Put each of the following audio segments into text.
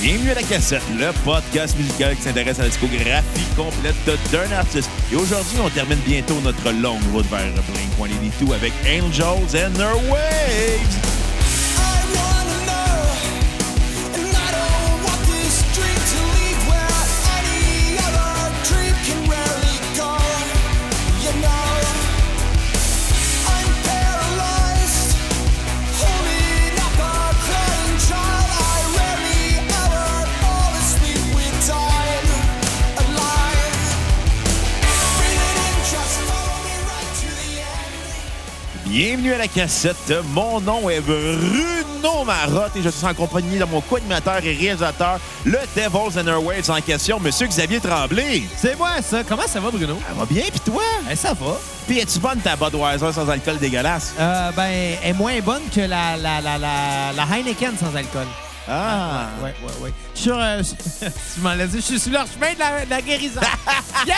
Bienvenue à la cassette, le podcast musical qui s'intéresse à la discographie complète d'un artiste. Et aujourd'hui, on termine bientôt notre longue route vers Blink-182 avec Angels and Their Waves. Bienvenue à la cassette. Mon nom est Bruno Marotte et je suis en compagnie de mon co-animateur et réalisateur, le Devil's and Her Waves en question, Monsieur Xavier Tremblay. C'est moi, ça. Comment ça va, Bruno? Ça va bien, pis toi? Ben, ça va. Pis es-tu bonne ta Budweiser sans alcool dégueulasse? Euh, ben, elle est moins bonne que la, la, la, la, la Heineken sans alcool. Ah! Ouais, ouais, ouais. Je suis sur, euh, tu m'en l'as dit, je suis sur leur chemin de la, de la guérison. yeah!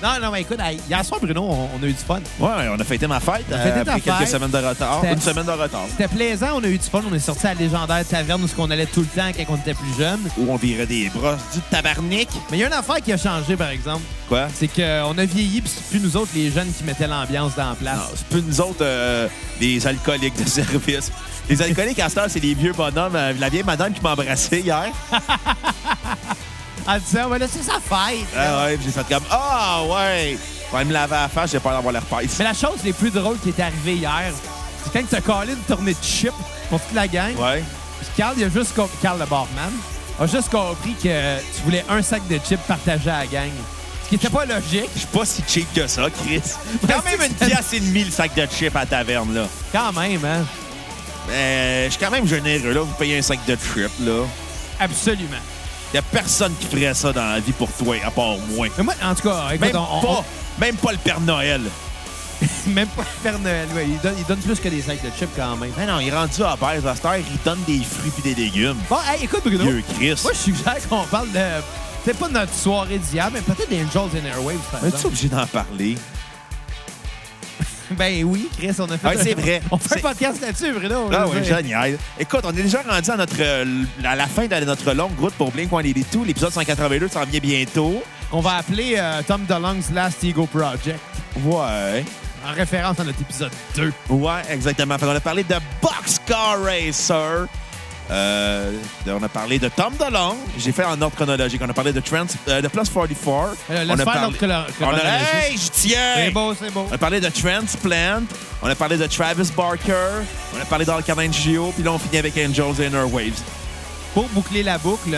Non, non, mais écoute, hier soir, Bruno, on, on a eu du fun. Ouais, on a fêté ma fête. euh, On a fêté ta après quelques fête. semaines de retard. C'était- Une semaine de retard. C'était plaisant, on a eu du fun. On est sorti à la légendaire taverne où on allait tout le temps quand on était plus jeune. Où on virait des brosses du tabarnak. Mais il y a une affaire qui a changé, par exemple. Quoi? C'est qu'on a vieilli, puis c'est plus nous autres, les jeunes, qui mettaient l'ambiance dans la Non, place. c'est plus nous autres, euh, des alcooliques de service. Les alcooliques, à cette heure, c'est les vieux bonhommes. euh, la vieille madame qui m'a embrassé hier. En disant, ouais, là, c'est sa fête. Ah ouais, puis j'ai fait comme Ah ouais! Je vais me laver à la face, j'ai peur d'avoir l'air pisse. Mais la chose les plus drôles qui est arrivée hier, c'est quand tu as collé une tournée de chips pour toute la gang. Ouais. Puis Carl, il a juste com- Carl le barman, a juste compris que tu voulais un sac de chips partagé à la gang. Ce qui n'était pas logique, Je suis pas si cheap que ça, Chris. Quand c'est même une ça. pièce et demie le sac de chips à la taverne, là. quand même, hein? Euh, je suis quand même généreux, là. Vous payez un sac de chips, là. Absolument. Y a personne qui ferait ça dans la vie pour toi, à part moi. Mais moi, en tout cas, écoute, Même on- on- pas, même pas le Père Noël. on- même pas le Père Noël, ouais, il, donne, il donne plus que des sacs de chips quand même. Ben non, il est rendu à base à cette heure, il donne des fruits puis des légumes. Bon, hey, écoute, Bruno, Vieux Chris. moi, je suggère qu'on parle de. C'est pas de notre soirée d'hier, mais peut-être d'Angels and Airwaves, par Mais tu es exemple. obligé d'en parler? Ben oui, Chris, on a fait. Ouais, un- c'est vrai. On fait C'est- un podcast là-dessus, Bruno. Ah je ouais, veux dire. génial. Écoute, on est déjà rendu à, notre, euh, à la fin de notre longue route pour Blink 182. L'épisode 182 s'en vient bientôt. On va appeler euh, Tom DeLong's Last Ego Project Ouais. en référence à notre épisode 2. Ouais, exactement. Fait qu'on a parlé de Boxcar Racer. Euh, de- on a parlé de Tom DeLonge. J'ai fait en ordre chronologique. On a parlé de, Trans, euh, de Plus 44. Euh, laisse on a faire parlé... l'ordre chrono- on a... chronologique. Eh, Hey, je tiens! C'est beau, c'est beau. On a parlé de Transplant. On a parlé de Travis Barker. On a parlé d'Alkaline Gio. Puis là, on finit avec Angels and Her Waves. Pour boucler la boucle,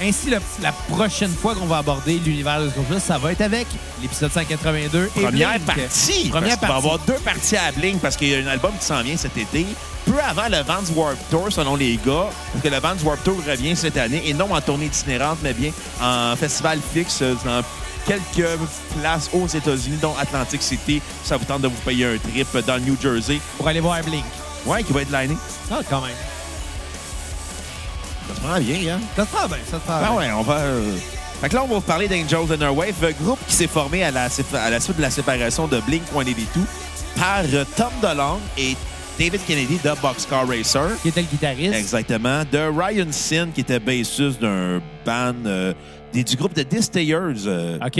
ainsi, le- la prochaine fois qu'on va aborder l'univers de ce groupe-là, ça va être avec l'épisode 182 et Première Blink. partie. parce Première qu'il va y partie. avoir deux parties à Blink parce qu'il y a un album qui s'en vient cet été. Peu avant le Vans Warp Tour, selon les gars, parce que le Vans Warp Tour revient cette année et non en tournée itinérante, mais bien en festival fixe euh, dans quelques places aux États-Unis, dont Atlantic City. Ça vous tente de vous payer un trip dans le New Jersey. Pour aller voir Blink. Ouais, qui va être l'année. Ah, quand même. Ça se prend bien, hein? Ça te prend bien, ça te prend Ben bien. ouais, on va. euh, Fait que là, on va vous parler d'Angels and Her Wave, euh, groupe qui s'est formé à la, sé- à la suite de la séparation de Blink 182 par euh, Tom DeLonge et David Kennedy de Boxcar Racer. Qui était le guitariste. Exactement. De Ryan Sin, qui était bassiste d'un band euh, des- du groupe de Distayers euh, OK?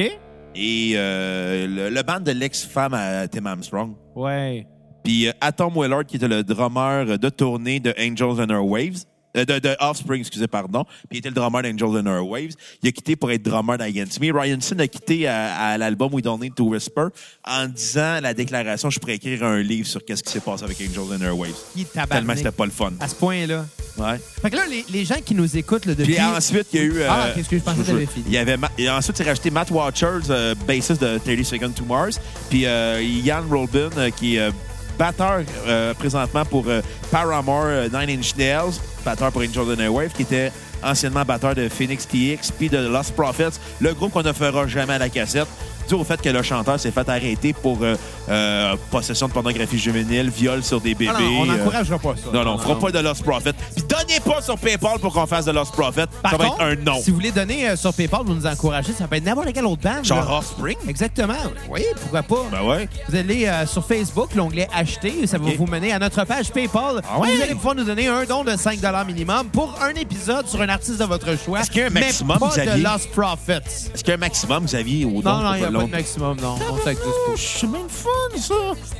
et euh, le, le band de l'ex-femme à Tim Armstrong. Ouais. Puis euh, Atom Willard, qui était le drummer euh, de tournée de Angels and Her Waves. euh, de, de Offspring, excusez, pardon. Puis il était le drummer d'Angels and Her Waves. Il a quitté pour être drummer d'Against Me. Ryan Sin a quitté à, à l'album We Don't Need to Whisper en disant la déclaration, je pourrais écrire un livre sur qu'est-ce qui s'est passé avec Angels and Her Waves. Qui Tellement tabarnak. c'était pas le fun. Bah, À ce point-là. Ouais. Fait que là, les, les gens qui nous écoutent là, depuis... Puis ensuite, il y a eu. Ah, euh, ok, excuse, je pensais que t'avais fini. Il y avait Ma- et ensuite, il a rajouté Matt Watchers, euh, bassiste de 30 Seconds to Mars. Puis euh, Ian Robin, euh, qui est euh, batteur euh, présentement pour euh, Paramore euh, Nine Inch Nails, batteur pour Angel and Wave, qui était anciennement batteur de Phoenix TX, puis de Lost Prophets, le groupe qu'on ne fera jamais à la cassette. dû au fait que le chanteur s'est fait arrêter pour euh, euh, possession de pornographie juvénile, viol sur des bébés. Ah non, on euh, n'encouragera pas ça. non, non, on fera pas de Lost Prophet. Puis donnez pas sur PayPal pour qu'on fasse de Lost Prophet. Par ça va contre, être un non. si vous voulez donner euh, sur PayPal, vous nous encouragez, ça peut être n'importe quelle autre bande. Genre là. Offspring? Exactement. Oui, pourquoi pas. Ben ouais. Vous allez euh, sur Facebook, l'onglet Acheter, ça Ok. va vous mener à notre page PayPal. Ah ouais? Vous allez pouvoir nous donner un don de 5 minimum pour un épisode sur un artiste de votre choix. Est-ce qu'il y a un mais maximum, pas Xavier? de Lost Profits. Est-ce qu'il y a un maximum, Xavier, au don Non, non, pour il n'y a pas Londres? de maximum, non. On Ah, s'excuse pas. C'est même fun, ça.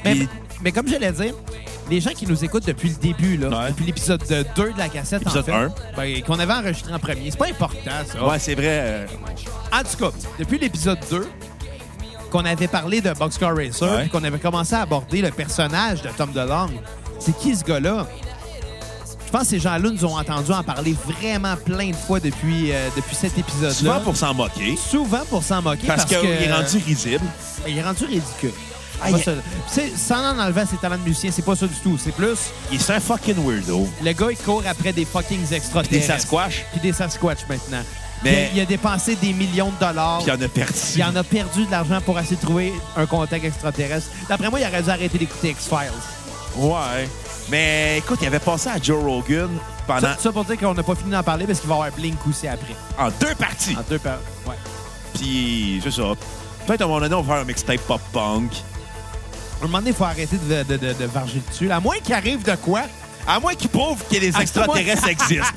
Mais, Puis, mais comme je l'ai dit, les gens qui nous écoutent depuis le début, là, Ouais. depuis l'épisode 2 de la cassette, Épisode en fait, ben, qu'on avait enregistré en premier, c'est pas important, ça. ouais, c'est vrai. euh, En tout cas, depuis l'épisode 2, qu'on avait parlé de Boxcar Racer, Ouais. puis qu'on avait commencé à aborder le personnage de Tom DeLonge, c'est qui ce gars-là? Je pense que ces gens-là nous ont entendu en parler vraiment plein de fois depuis, euh, depuis cet épisode-là. souvent pour s'en moquer. Souvent pour s'en moquer. Parce, Parce, qu'il est rendu risible. Ben, Il est rendu ridicule. Ah, C'est pas il- ça, là. C'est- Sans en enlever à ses talents de musicien, c'est pas ça du tout. C'est plus, Il est un fucking weirdo. le gars, il court après des fucking extraterrestres. Des Sasquatch. Puis des Sasquatch maintenant. Mais- Il, a, il a dépensé des millions de dollars. Puis il en a perdu. Puis il en a perdu de l'argent pour essayer de trouver un contact extraterrestre. D'après moi, il aurait dû arrêter d'écouter X-Files. Ouais. Mais écoute, il avait passé à Joe Rogan pendant Ça, ça pour dire qu'on n'a pas fini d'en parler parce qu'il va y avoir Blink aussi après. en deux parties. En deux par... Ouais. Puis, c'est ça. Peut-être à un moment donné, on va faire un mixtape pop-punk. À un moment donné, il faut arrêter de, de, de, de varger dessus. là. À moins qu'il arrive de quoi? À moins qu'ils prouvent que les extraterrestres existent.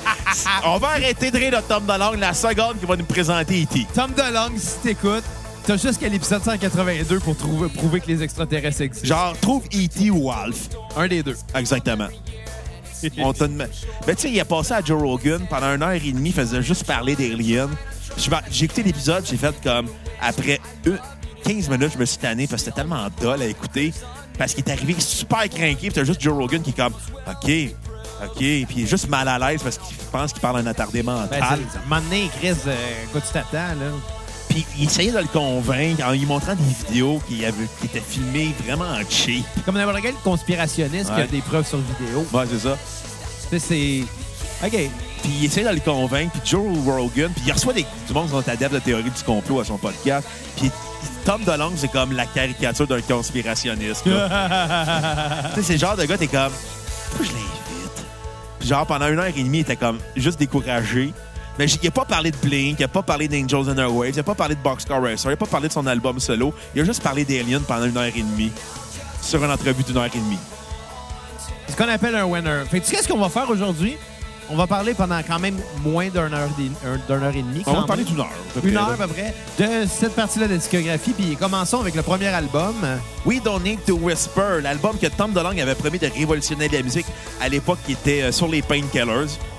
on va arrêter de rire de Tom DeLonge la seconde qui va nous présenter E E.T. Tom DeLonge, si t'écoutes, t'as jusqu'à l'épisode 182 pour trouver, prouver que les extraterrestres existent. Genre, trouve E.T. ou Alf. un des deux. Exactement. On te demande- Mais tu sais, il a passé à Joe Rogan pendant une heure et demie, il faisait juste parler d'Alien. Je m'en- J'ai écouté l'épisode, j'ai fait comme après une- 15 minutes, je me suis tanné parce que c'était tellement dol à écouter. Parce qu'il est arrivé super craqué, puis t'as juste Joe Rogan qui est comme OK, OK, puis il est juste mal à l'aise parce qu'il pense qu'il parle un attardé Ben, mental. c'est- à un moment donné, Chris, euh, quoi tu t'attends, là? puis il essayait de le convaincre en lui montrant des vidéos qui, avaient- qui étaient filmées vraiment en cheap. Comme n'importe quel conspirationniste qui Ouais. a des preuves sur vidéo. Ouais, c'est ça. Tu sais, c'est... OK. Puis il essaie de le convaincre. Puis Joe Rogan, puis il reçoit des, du monde qui sont adeptes de théorie du complot à son podcast. Puis Tom DeLonge, c'est comme la caricature d'un conspirationniste. là. tu sais, c'est le genre de gars, t'es comme, Faut que je l'invite. Puis genre, pendant une heure et demie, il était comme juste découragé. Mais j- il n'a pas parlé de Blink, il n'a pas parlé d'Angels and Airwaves, il n'a pas parlé de Boxcar Racer, il n'a pas parlé de son album solo. Il a juste parlé d'Alien pendant une heure et demie sur une entrevue d'une heure et demie. C'est ce qu'on appelle un winner. Fait que tu sais, qu'est-ce qu'on va faire aujourd'hui? On va parler pendant quand même moins d'une heure, et- un- d'une heure et demie. On quand va parler même. d'une heure. à peu près, Une là. heure à peu près de cette partie-là de la discographie. Puis commençons avec le premier album. We Don't Need to Whisper, l'album que Tom DeLonge avait promis de révolutionner la musique à l'époque qui était euh, sur les Painkillers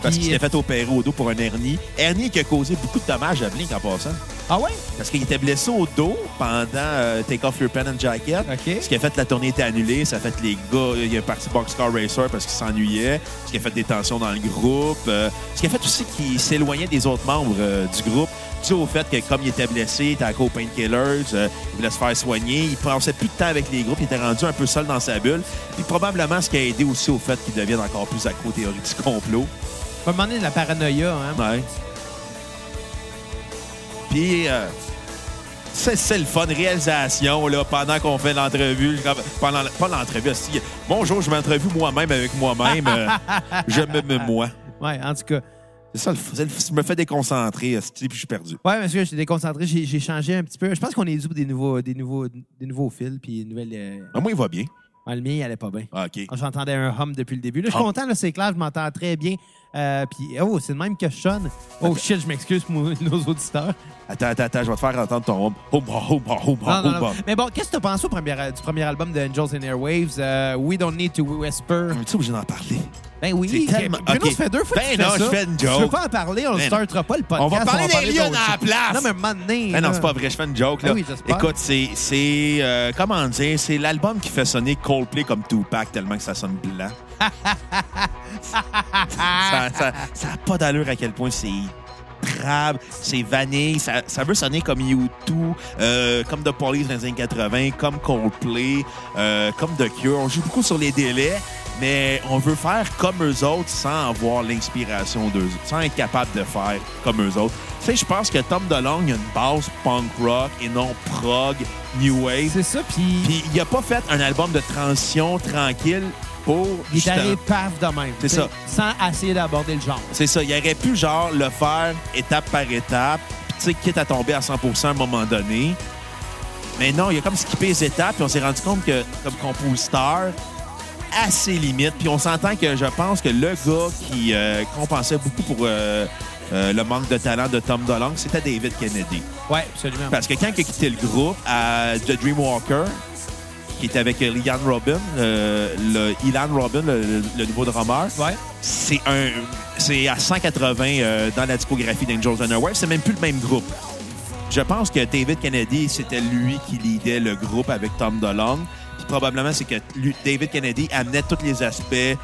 parce qu'il Puis- s'était fait opérer au dos pour un hernie. Hernie qui a causé beaucoup de dommages à Blink en passant Ah ouais? parce qu'il était blessé au dos pendant euh, Take Off Your Pen and Jacket. OK. Ce qui a fait que la tournée était annulée. Ça a fait que les gars, il y a parti Boxcar Racer parce qu'il s'ennuyait. Ce qui a fait des tensions dans le groupe. Euh, ce qui a fait aussi qu'il s'éloignait des autres membres euh, du groupe dû au fait que comme il était blessé, il était à au painkillers, euh, il voulait se faire soigner. Il passait plus de temps avec les groupes. Il était rendu un peu seul dans sa bulle. Puis probablement ce qui a aidé aussi au fait qu'il devienne encore plus accro aux théories du complot. On va demander de la paranoïa. Hein? Ouais. Puis, euh, c'est c'est le fun, réalisation, là, pendant qu'on fait l'entrevue. comme- Pendant, la- pas l'entrevue, si. Bonjour, je m'entrevue moi-même avec moi-même. euh, je me me moi. Ouais, en tout cas. C'est ça, le, f- c'est le f- je me fais déconcentrer, esti, puis je suis perdu. Ouais, monsieur, j'étais déconcentré. J'ai j'ai changé un petit peu. Je pense qu'on est dû pour des nouveaux, des nouveaux, des nouveaux fils. Puis une nouvelle. euh, Ah, moi, il va bien. ah, le mien, il allait pas bien. Ah, OK. Ah, J'entendais un hum depuis le début. Là, je suis Hum. content, là, c'est clair, je m'entends très bien. Euh, puis, oh, c'est le même que je sonne. Oh shit, je m'excuse pour nos- nos auditeurs. Attends, attends, attends, je vais te faire entendre ton hum, home. Home, home, home, Non, home, non, non. Mais bon, qu'est-ce que tu penses au premier, du premier album de Angels and Airwaves? euh, We Don't Need to Whisper. tu obligé d'en parler? Ben oui. C'est tellement- Bruno, ok. ça fait deux fois que Ben tu fais non, ça. je fais une Si Tu veux joke. pas en parler, on ne Ben startera pas le podcast. On va parler des lions d'autres à la choses. place. Non, mais un moment donné, Eh non, là. c'est pas vrai, je fais une joke. Ah Là. oui, j'espère. Écoute, c'est. c'est, euh, comment dire? C'est l'album qui fait sonner Coldplay comme Tupac tellement que ça sonne blanc. Ah. ça n'a pas d'allure à quel point c'est crabe, c'est vanille. Ça, ça veut sonner comme U2, euh, comme The Police dans les années 80, comme Coldplay, euh, comme The Cure. On joue beaucoup sur les délais. mais on veut faire comme eux autres sans avoir l'inspiration d'eux, sans être capable de faire comme eux autres. Tu sais, je pense que Tom DeLonge a une base punk rock et non prog, new wave. C'est ça, puis Puis il a pas fait un album de transition tranquille pour il est justement- allé paf de même. C'est tu ça. sais, Sans essayer d'aborder le genre. C'est ça. Il aurait pu, genre, le faire étape par étape, puis, tu sais, quitte à tomber à 100 à un moment donné. Mais non, il a comme skippé les étapes, puis on s'est rendu compte que, comme compositeur, à ses limites. Puis on s'entend que je pense que le gars qui euh, compensait beaucoup pour euh, euh, le manque de talent de Tom DeLonge, c'était David Kennedy. Ouais, absolument. Parce que quand il a quitté le groupe à The Dreamwalker, qui était avec Ian Robin, euh, le, Ilan Robin, le, le nouveau drummer, Ouais. c'est un c'est à 180 euh, dans la discographie d'Angels and Airwaves. C'est même plus le même groupe. Je pense que David Kennedy, c'était lui qui leadait le groupe avec Tom DeLonge. Puis probablement, c'est que lui- David Kennedy amenait tous les aspects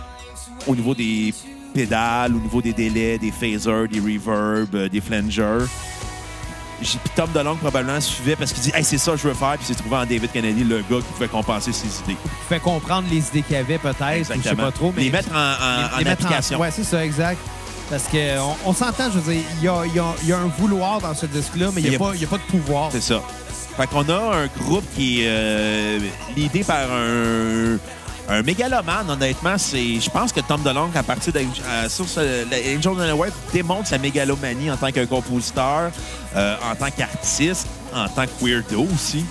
au niveau des pédales, au niveau des délais, des phasers, des reverbs, euh, des flangers. J'ai- Puis Tom DeLonge probablement suivait parce qu'il dit Hey, c'est ça que je veux faire. Puis s'est trouvé en David Kennedy le gars qui pouvait compenser ses idées. Fait comprendre les idées qu'il y avait, peut-être, ou je sais pas trop. Mais Les mettre en, en- en les mettre en- application. Ouais, c'est ça, exact. Parce qu'on on, s'entend, je veux dire, il y a, il y a- il y a un vouloir dans ce disque-là, mais il n'y a, pas- il y a pas de pouvoir. C'est ça. Fait qu'on a un groupe qui est euh, l'idée par un, un mégalomane, honnêtement. C'est, je pense que Tom DeLonge, à partir de sur ce- la- Angel and the Wild, démontre sa mégalomanie en tant que compositeur, euh, en tant qu'artiste, en tant que weirdo aussi.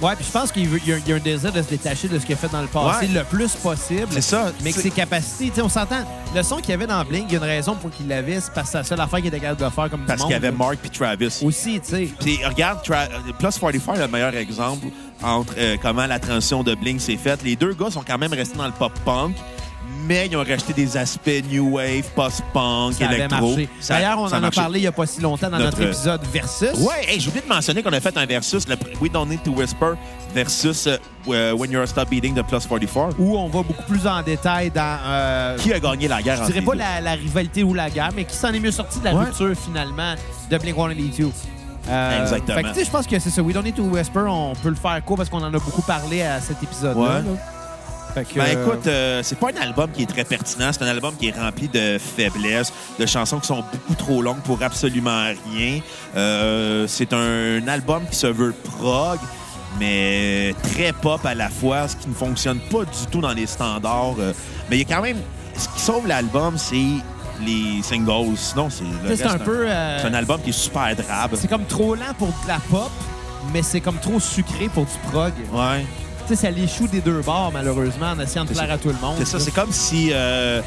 Ouais, puis je pense qu'il veut- il y, a- il y a un désir de se détacher de ce qu'il a fait dans le passé Ouais. le plus possible. C'est ça. Mais que C'est- ses capacités, tu sais, on s'entend. Le son qu'il y avait dans Blink, il y a une raison pour qu'il l'avait, c'est parce que c'est la seule affaire qu'il était capable de faire comme du Parce monde, qu'il y avait là. Mark puis Travis. Aussi, tu sais. Puis regarde, Tra- euh, Plus 44 est le meilleur exemple entre euh, comment la transition de Blink s'est faite. Les deux gars sont quand même restés dans le pop-punk, mais ils ont rajouté des aspects new wave, post-punk, Ça avait électro. marché. Ça- D'ailleurs, on en ça a marché. parlé il n'y a pas si longtemps dans notre, Notre- épisode Versus. Ouais, hey, j'ai oublié de mentionner qu'on a fait un versus, le pr- We Don't Need to Whisper versus euh, euh, When You're Stop Beating de Plus 44. Où on va beaucoup plus en détail dans. euh, Qui a gagné la guerre je entre dirais les pas deux? la, la rivalité ou la guerre, mais qui s'en est mieux sorti de la Ouais. rupture finalement de Blink 182. Euh, Exactement. Fait que, tu sais, je pense que c'est ça. We Don't Need to Whisper, on peut le faire court parce qu'on en a beaucoup parlé à cet épisode-là. Ouais. là. Fait que, Ben euh, écoute, euh, c'est pas un album qui est très pertinent. C'est un album qui est rempli de faiblesses, de chansons qui sont beaucoup trop longues pour absolument rien. Euh, c'est un album qui se veut prog, mais très pop à la fois, ce qui ne fonctionne pas du tout dans les standards. Euh, mais il y a quand même... Ce qui sauve l'album, c'est les singles. Sinon, c'est... le Tu sais, c'est reste, un peu, euh, C'est un album qui est super drabe. c'est comme trop lent pour de la pop, mais c'est comme trop sucré pour du prog. Ouais. Tu sais, ça l'échoue des deux bords, malheureusement, en essayant de C'est plaire ça. à tout le monde. C'est ça, là. c'est comme si euh,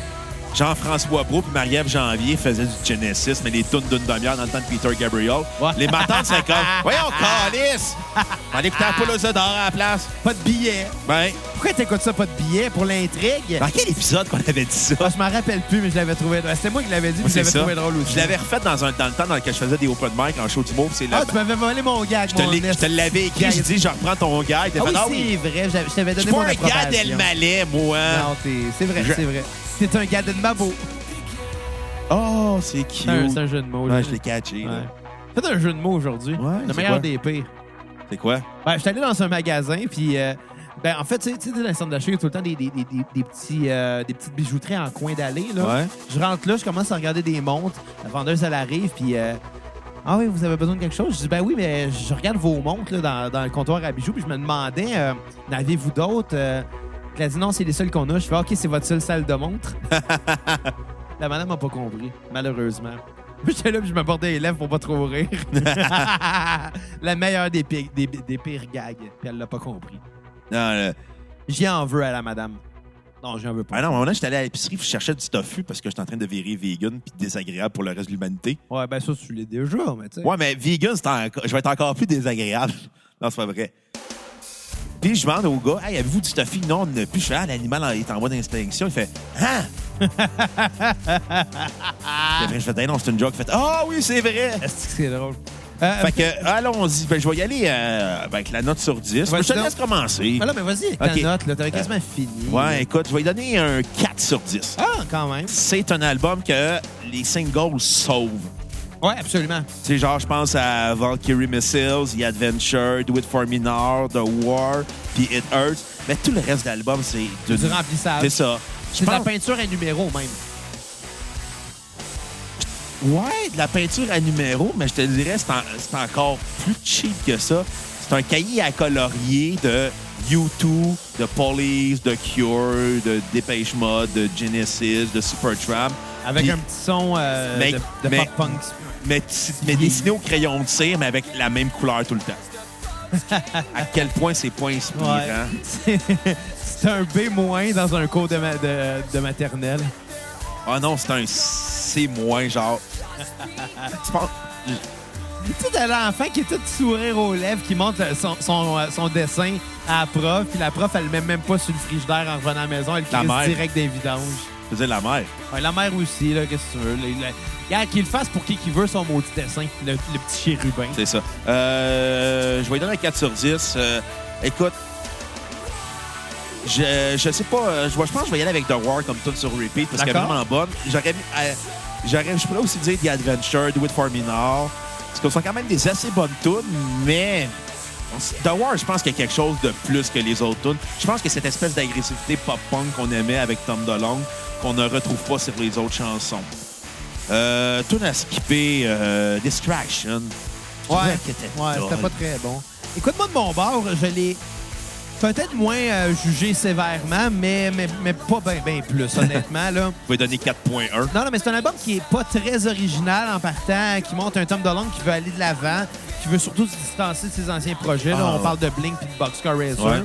Jean-François Brault et Marie-Ève Janvier faisaient du Genesis, mais les tunes d'une demi-heure dans le temps de Peter Gabriel. Ouais. Les matins, c'est comme « Voyons, calice! On écoutait Ah. Apollo Zedor à la place. Pas de billets. » Ben, Pourquoi t'écoutes ça, pas de billets? Pour l'intrigue? dans quel épisode qu'on avait dit ça? Ah, je m'en rappelle plus, mais je l'avais trouvé drôle. C'était moi qui l'avais dit, puis je C'est l'avais ça. trouvé drôle aussi. Je l'avais refait dans, un, dans le temps dans lequel je faisais des open mic en show du mot. C'est là. ben, Ah, tu m'avais volé mon gag, je te mon l'ai- je nest. te l'avais écrit, j'ai dit « Je reprends ton gars. » Ah oui, c'est vrai, j'avais- je t'avais Je donné suis mon pas un gars approbation. d'El Malais, moi. Non, t'es- c'est vrai, Je- c'est vrai. T'es un gars de Mabo. Oh, c'est cute. jeu de mots. Ouais, je l'ai catché. là. Ouais. Faites un jeu de mots aujourd'hui. Ouais, le c'est meilleur quoi? des pires. C'est quoi? Ben, je suis allé dans un magasin, puis... euh, ben, en fait, tu sais, tu sais, dans les centres d'achat, il y a tout le temps des, des, des, des- des petits, euh, des petites bijouteries en coin d'allée. là. Ouais. Je rentre là, je commence à regarder des montres. La vendeuse, elle arrive, puis... euh, ah oui, vous avez besoin de quelque chose? Je dis, ben oui, mais je regarde vos montres là, dans, dans le comptoir à bijoux, puis je me demandais, euh, n'avez-vous d'autres? Euh, elle a dit, non, c'est les seuls qu'on a. Je fais, OK, c'est votre seule salle de montres. La madame n'a pas compris, malheureusement. J'étais là, puis je me portais les lèvres pour pas trop rire. La meilleure des, pi- des, des pires gags, puis elle l'a pas compris. Non, le- J'y en veux à la madame. Non, j'y en veux pas. Ah non, à un moment donné, j'étais allé à l'épicerie, puis je cherchais du tofu parce que j'étais en train de virer vegan puis désagréable pour le reste de l'humanité. Ouais, ben ça, tu l'es déjà, mais tu sais. Ouais, mais vegan, c'est encore- je vais être encore plus désagréable. Non, c'est pas vrai. Puis je demande au gars, hey, avez-vous du tofu? Non, on n'a plus. Je fais, ah, l'animal il est en voie d'extinction. Il fait, ah! Puis après, je fais, hey, non, c'est une joke. Il fait, ah oui, c'est vrai! Est-ce que c'est drôle? Euh, Fait que, allons-y. Ben, je vais y aller euh, avec la note sur 10. Ouais, je te donc- laisse commencer. Ah là, mais vas-y, avec ta Ok. Euh, note, là. T'avais quasiment fini. Ouais, écoute, je vais lui donner un 4 sur 10. Ah, quand même. C'est un album que les singles sauvent. Ouais, absolument. Tu sais, genre, je pense à Valkyrie Missiles, The Adventure, Do It For Me Now, The War, puis It Hurts. Mais tout le reste de l'album, c'est d'une- Du remplissage. C'est ça. C'est Je de la pense... peinture à numéro, même. Ouais, de la peinture à numéro, mais je te dirais, c'est en- c'est encore plus cheap que ça. C'est un cahier à colorier de U2, de Police, de Cure, de Dépêche Mode, de Genesis, de Supertramp. Avec Puis- un petit son euh, Mais- de, de mais- pop-punk. mais, t- mais dessiné au crayon de cire, mais avec la même couleur tout le temps. à quel point c'est pas inspirant. Ouais. C'est- C'est un B- dans un cours de, ma- de- de maternelle. Ah non, c'est un C moins, genre. tu penses- Tu sais, de l'enfant qui est tout sourire aux lèvres, qui montre le- son, son, euh, son dessin à la prof, puis la prof, elle le met même pas sur le frigidaire en revenant à la maison, elle La mère. crisse direct des vidanges. Je veux dire, la mère. Ouais, la mère aussi, là, qu'est-ce que tu veux. là, il- Regarde, qu'il le fasse pour qui qu'il veut son maudit dessin, le, le petit chérubin. C'est ça. Euh, je vais lui donner un 4 sur 10. Euh, écoute, je, je sais pas. euh, Je, vois- je pense que je vais y aller avec The War comme tune sur repeat parce qu'elle est D'accord. vraiment bonne. J'aurais, mis- euh, j'aurais, je pourrais aussi dire The Adventure, Do It For Me Now. Parce que ce sont quand même des assez bonnes tunes, mais The War, je pense qu'il y a quelque chose de plus que les autres tunes. Je pense que cette espèce d'agressivité pop-punk qu'on aimait avec Tom DeLonge, qu'on ne retrouve pas sur les autres chansons. Euh, tune à skipper, euh, Distraction. Ouais, qui était ouais, drôle. c'était pas très bon. Écoute-moi de mon bord, je l'ai peut-être moins euh, jugé sévèrement, mais, mais, mais pas bien ben plus, honnêtement. là. Je vais donner 4.1. Non, non, mais c'est un album qui est pas très original en partant, qui montre un Tom DeLonge qui veut aller de l'avant, qui veut surtout se distancer de ses anciens projets. là. Ah, On ouais. parle de Blink puis de Boxcar Racer. Ouais.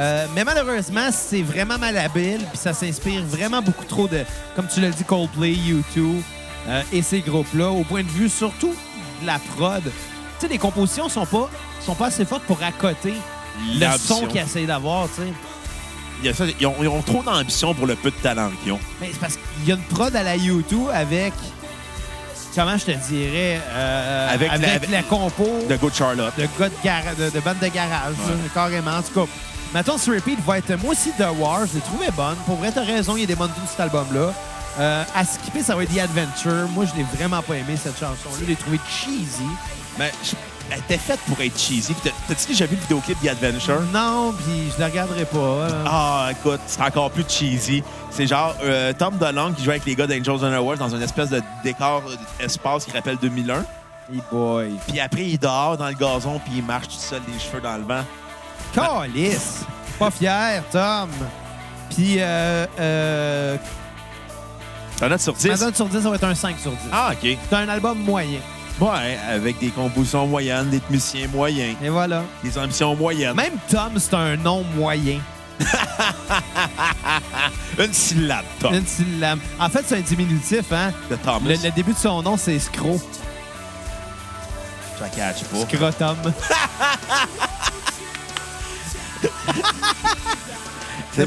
Euh, mais malheureusement, c'est vraiment malhabile, puis ça s'inspire vraiment beaucoup trop de, comme tu l'as dit, Coldplay, U2 euh, et ces groupes-là, au point de vue surtout de la prod. Tu sais, les compositions sont pas, sont pas assez fortes pour accoter le L'ambition. son qu'ils essayent d'avoir, tu sais. Il y a ça, ils, ont, ils ont trop d'ambition pour le peu de talent qu'ils ont. Mais c'est parce qu'il y a une prod à la YouTube avec. Comment je te dirais euh, Avec Avec, la- avec- la compo De de, Good Charlotte. gars de, gara- de, de bande de garage, là, carrément. En tout cas, maintenant, ce repeat va être moi aussi The War. Je l'ai trouvé bonne. Pour vrai, t'as raison, il y a des bonnes tunes sur cet album-là. Euh, à skipper, ça va être The Adventure. Moi, je l'ai vraiment pas aimé, cette chanson-là. Je l'ai trouvé cheesy. Mais je- elle était faite pour être cheesy. Puis t'as- T'as-tu déjà vu le vidéoclip The Adventure? Non, puis je la regarderai pas. hein. là. Ah, écoute, c'est encore plus cheesy. C'est genre euh, Tom DeLonge qui joue avec les gars d'Angels and Awards dans une espèce de décor euh, espace qui rappelle 2001. Hey boy. Puis après, il est dehors dans le gazon puis il marche tout seul, les cheveux dans le vent. Calice! Pas fier, Tom. Puis, euh, euh, T'en as sur 10? Ma note sur 10, ça va être un 5 sur 10. Ah, OK. C'est un album moyen. Ouais, avec des compositions moyennes, des musiciens moyens, Et voilà. des ambitions moyennes. Même Tom, c'est un nom moyen. Une syllabe, Tom. Une syllabe. En fait, c'est un diminutif, hein? De Thomas. Le, le début de son nom, c'est Scro. Je la catch Oh. pas. Scrotum. Tu l'as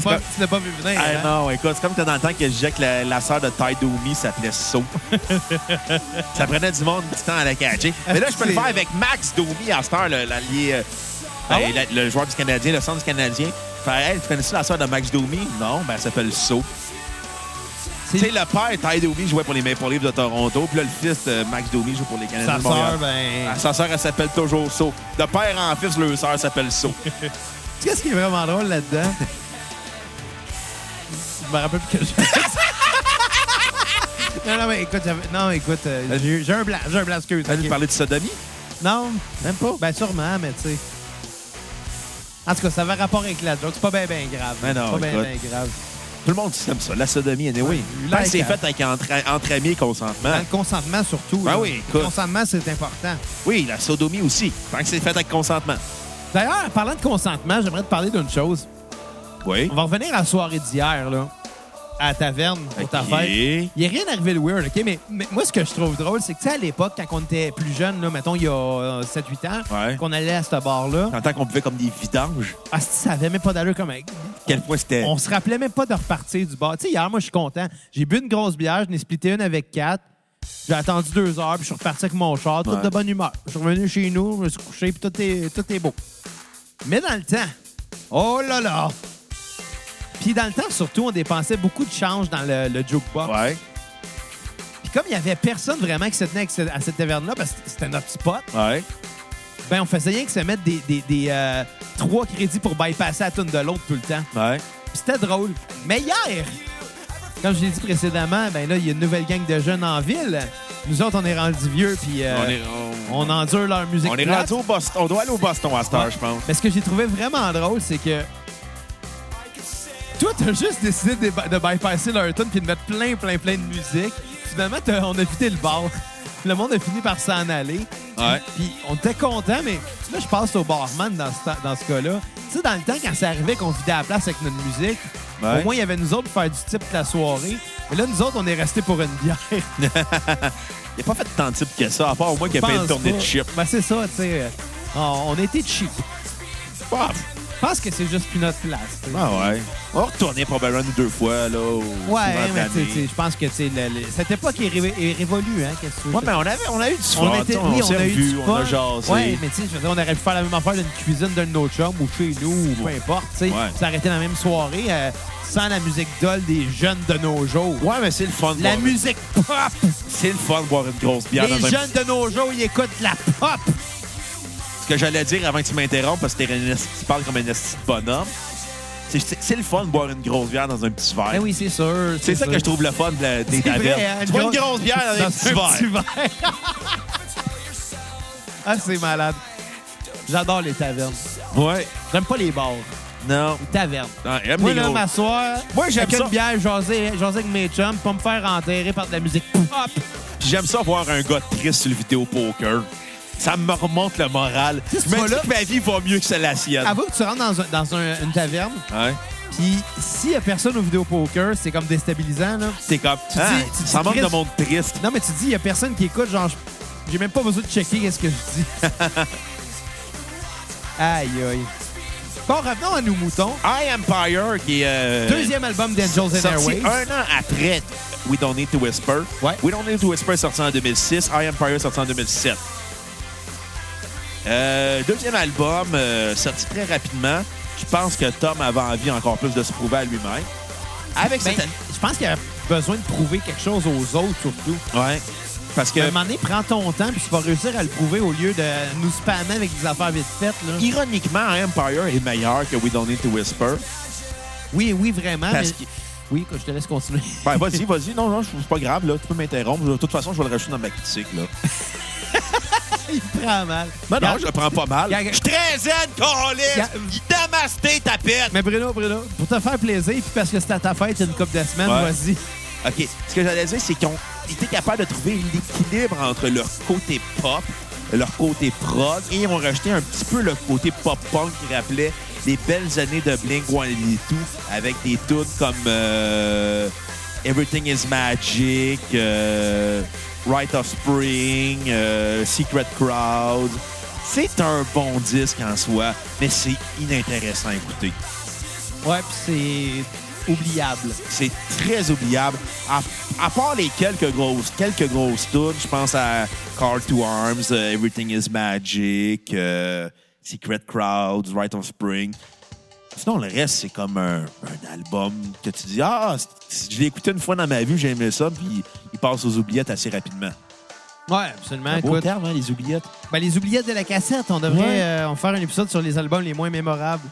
C'est pas, comme- tu l'as pas vu venir. Ah hein? non, écoute, c'est comme que dans le temps que je disais que la, la sœur de Ty Domi s'appelait So. ça prenait du monde du temps à la catcher. Mais là, je peux le faire avec Max Domi à cette heure, le- l'allié, euh, Ah ben, ouais? la- le joueur du Canadien, le centre du Canadien. Fait, hey, tu connais-tu la sœur de Max Domi? Non, ben, elle s'appelle So. C'est- Tu sais, le père, Ty Domi, jouait pour les Maple Leafs de Toronto. Puis là, le fils, de Max Domi, joue pour les Canadiens Sa de Montréal. sœur, ben. Ah, Sa sœur, elle s'appelle toujours So. De père en fils, le sœur s'appelle So. Tu sais ce qui est vraiment drôle là-dedans? je me rappelle plus que je. non, non, mais écoute, j'avais- non, écoute, euh, j'ai eu- j'ai un blanc, j'ai un blanc, excuse. T'as Ok. lui parler de sodomie? Non, Même pas? Ben sûrement, mais tu sais. En tout cas, ça avait rapport avec la joke. C'est pas bien ben grave. Mais non, C'est pas bien écoute. ben grave. Tout le monde aime ça, la sodomie, anyway. Ouais, Tant que like, c'est hein. fait avec entre, entre amis et consentement. Dans le consentement surtout. Ben là. oui, Le écoute. consentement, c'est important. Oui, la sodomie aussi. Tant que c'est fait avec consentement. D'ailleurs, en parlant de consentement, j'aimerais te parler d'une chose. Oui. On va revenir à la soirée d'hier, là. À la taverne, pour ta Ok. fête. Il n'y a rien arrivé de weird, OK? Mais, mais moi, ce que je trouve drôle, c'est que, tu sais, à l'époque, quand on était plus jeune, là, mettons, il y a 7-8 ans, Ouais. Ah. qu'on allait à ce bar-là, En tant qu'on buvait comme des vidanges, ah, ça avait même pas d'allure comme quel point c'était. On se rappelait même pas de repartir du bar. Tu sais, hier, moi, je suis content. J'ai bu une grosse bière, j'en ai splitté une avec quatre. J'ai attendu deux heures, puis je suis reparti avec mon char, tout Ouais. de bonne humeur. Je suis revenu chez nous, je me suis couché, puis tout est, tout est beau. Mais dans le temps, oh là là! Puis dans le temps, surtout, on dépensait beaucoup de change dans le, le jukebox. Ouais. Puis comme il y avait personne vraiment qui se tenait avec ce- à cette taverne-là, parce que c'était notre spot, Ouais. ben on faisait rien que se mettre des, des, des, euh, trois crédits pour bypasser la tune de l'autre tout le temps. Ouais. Puis C'était drôle. Mais hier, comme je l'ai dit précédemment, ben là, il y a une nouvelle gang de jeunes en ville. Nous autres, on est rendus vieux, puis euh, on est, on endure leur musique. on est plate. rendu au Boston. On doit aller au Boston à cette heure, Ouais. je pense. Mais ce que j'ai trouvé vraiment drôle, c'est que. Toi, t'as juste décidé de, de bypasser leur tune puis de mettre plein, plein, plein de musique. Finalement, t'as- on a vidé le bar. Le monde a fini par s'en aller. Ouais. Puis on était content, mais là, je passe au barman dans ce, temps- dans ce cas-là. Tu sais, dans le temps, quand ça arrivait qu'on vidait la place avec notre musique, Ouais. au moins, il y avait nous autres pour faire du type de la soirée. Mais là, nous autres, on est restés pour une bière. Il n'a pas fait tant de type que ça, à part moi qui a Pense fait une tournée pas. de chips. Ben, c'est ça, tu sais. euh, On, on était cheap. Ah, Je pense que c'est juste plus notre place. tu sais. ah ouais. On va retourner probablement une ou deux fois, là. au Ouais, courant de mais tu sais, l'année. tu sais, je pense que tu sais, le- le- cette époque est, révo- est révolue, hein, qu'est-ce que tu veux Ouais, dire? mais on, avait, on a eu du fun. on était, tu sais, on oui, s'est on a eu revus, du on a fun. jasé. Ouais, mais tu sais, je veux dire, on aurait pu faire la même affaire d'une cuisine d'un de nos chums ou chez nous, ou peu Ouais. importe, tu sais, Ouais. s'arrêter dans la même soirée euh, sans la musique dole des jeunes de nos jours. Ouais, mais c'est le fun. de La boire- musique pop! C'est le fun de boire une grosse bière Les dans un jeunes de nos jours, ils écoutent la pop! Ce que j'allais dire avant que tu m'interrompes, parce que t'es un esti- tu parles comme un esti de bonhomme, c'est- c'est c'est le fun de boire une grosse bière dans un petit verre. Ben oui, c'est sûr. C'est ça sûr. que je trouve le fun de la- des C'est tavernes. vrai, hein, tu bois une grosse bière dans un petit verre. verre. ah, c'est malade. J'adore les tavernes. Ouais. J'aime pas les bars, Non. les tavernes. Non, aime Moi, les là, gros. m'asseoir, Moi, j'aime avec ça. une bière, jaser, jaser avec mes chums, pas me faire enterrer par de la musique pop. Puis J'aime ça voir un gars triste sur le vidéo poker. Ça me remonte le moral. Qu'est-ce que Je me tu dis vois que ma vie va mieux que celle la sienne. Avoue que tu rentres dans, un- dans un- une taverne, Ouais. puis s'il y a personne au vidéo poker, c'est comme déstabilisant, là. C'est comme, hein, dis- tu dis ça manque de triste. monde triste. Non, mais tu dis, il y a personne qui écoute, genre, je- j'ai même pas besoin de checker qu'est-ce que je dis. aïe, aïe. Bon, revenons à nos moutons. I Empire, qui est euh, Deuxième album d'Angels and sorti Airwaves. un an après We Don't Need to Whisper. Ouais. We Don't Need to Whisper est sorti en 2006. I Empire est sorti en 2007. Euh, deuxième album, euh, sorti très rapidement. Je pense que Tom avait envie encore plus de se prouver à lui-même. Avec Ben, cette... je pense qu'il y a besoin de prouver quelque chose aux autres, surtout. Ouais. Parce que... À un moment donné, prends ton temps, puis tu vas réussir à le prouver au lieu de nous spammer avec des affaires vite faites. Là. Ironiquement, Empire est meilleur que We Don't Need to Whisper. Oui, oui, vraiment. Parce mais- que- Oui, je te laisse continuer. Ben, vas-y, vas-y. Non, non, c'est pas grave, là. Tu peux m'interrompre. De toute façon, je vais le rajouter dans ma critique, là. Il prend Non, mal. non, Regarde- je le prends pas mal. Regarde- Je suis très zen, Colis! Regarde- Damasté, ta pète! Mais Bruno, Bruno, pour te faire plaisir, puis parce que c'est à ta fête, il y a une couple de semaines, Ouais. vas-y. OK, ce que j'allais dire, c'est qu'ils ont été capables de trouver l'équilibre entre leur côté pop, leur côté prog, et ils ont rejeté un petit peu le côté pop-punk qui rappelait les belles années de Blink-182 avec des tunes comme euh, Everything is Magic, euh, Rite of Spring, euh, Secret Crowd. C'est un bon disque en soi, mais c'est inintéressant à écouter. Ouais, puis c'est oubliable. C'est très oubliable. À, à part les quelques grosses, quelques grosses tunes, je pense à Call to Arms, euh, Everything is Magic, euh, Secret Crowds, Right of Spring. Sinon, le reste, c'est comme un, un album que tu dis Ah, c- je l'ai écouté une fois dans ma vie, j'ai aimé ça, puis il passe aux oubliettes assez rapidement. Ouais, absolument. Un beau Ah, Écoute, terme, hein, les oubliettes. ben, les oubliettes de la cassette, on devrait Ouais. euh, en faire un épisode sur les albums les moins mémorables.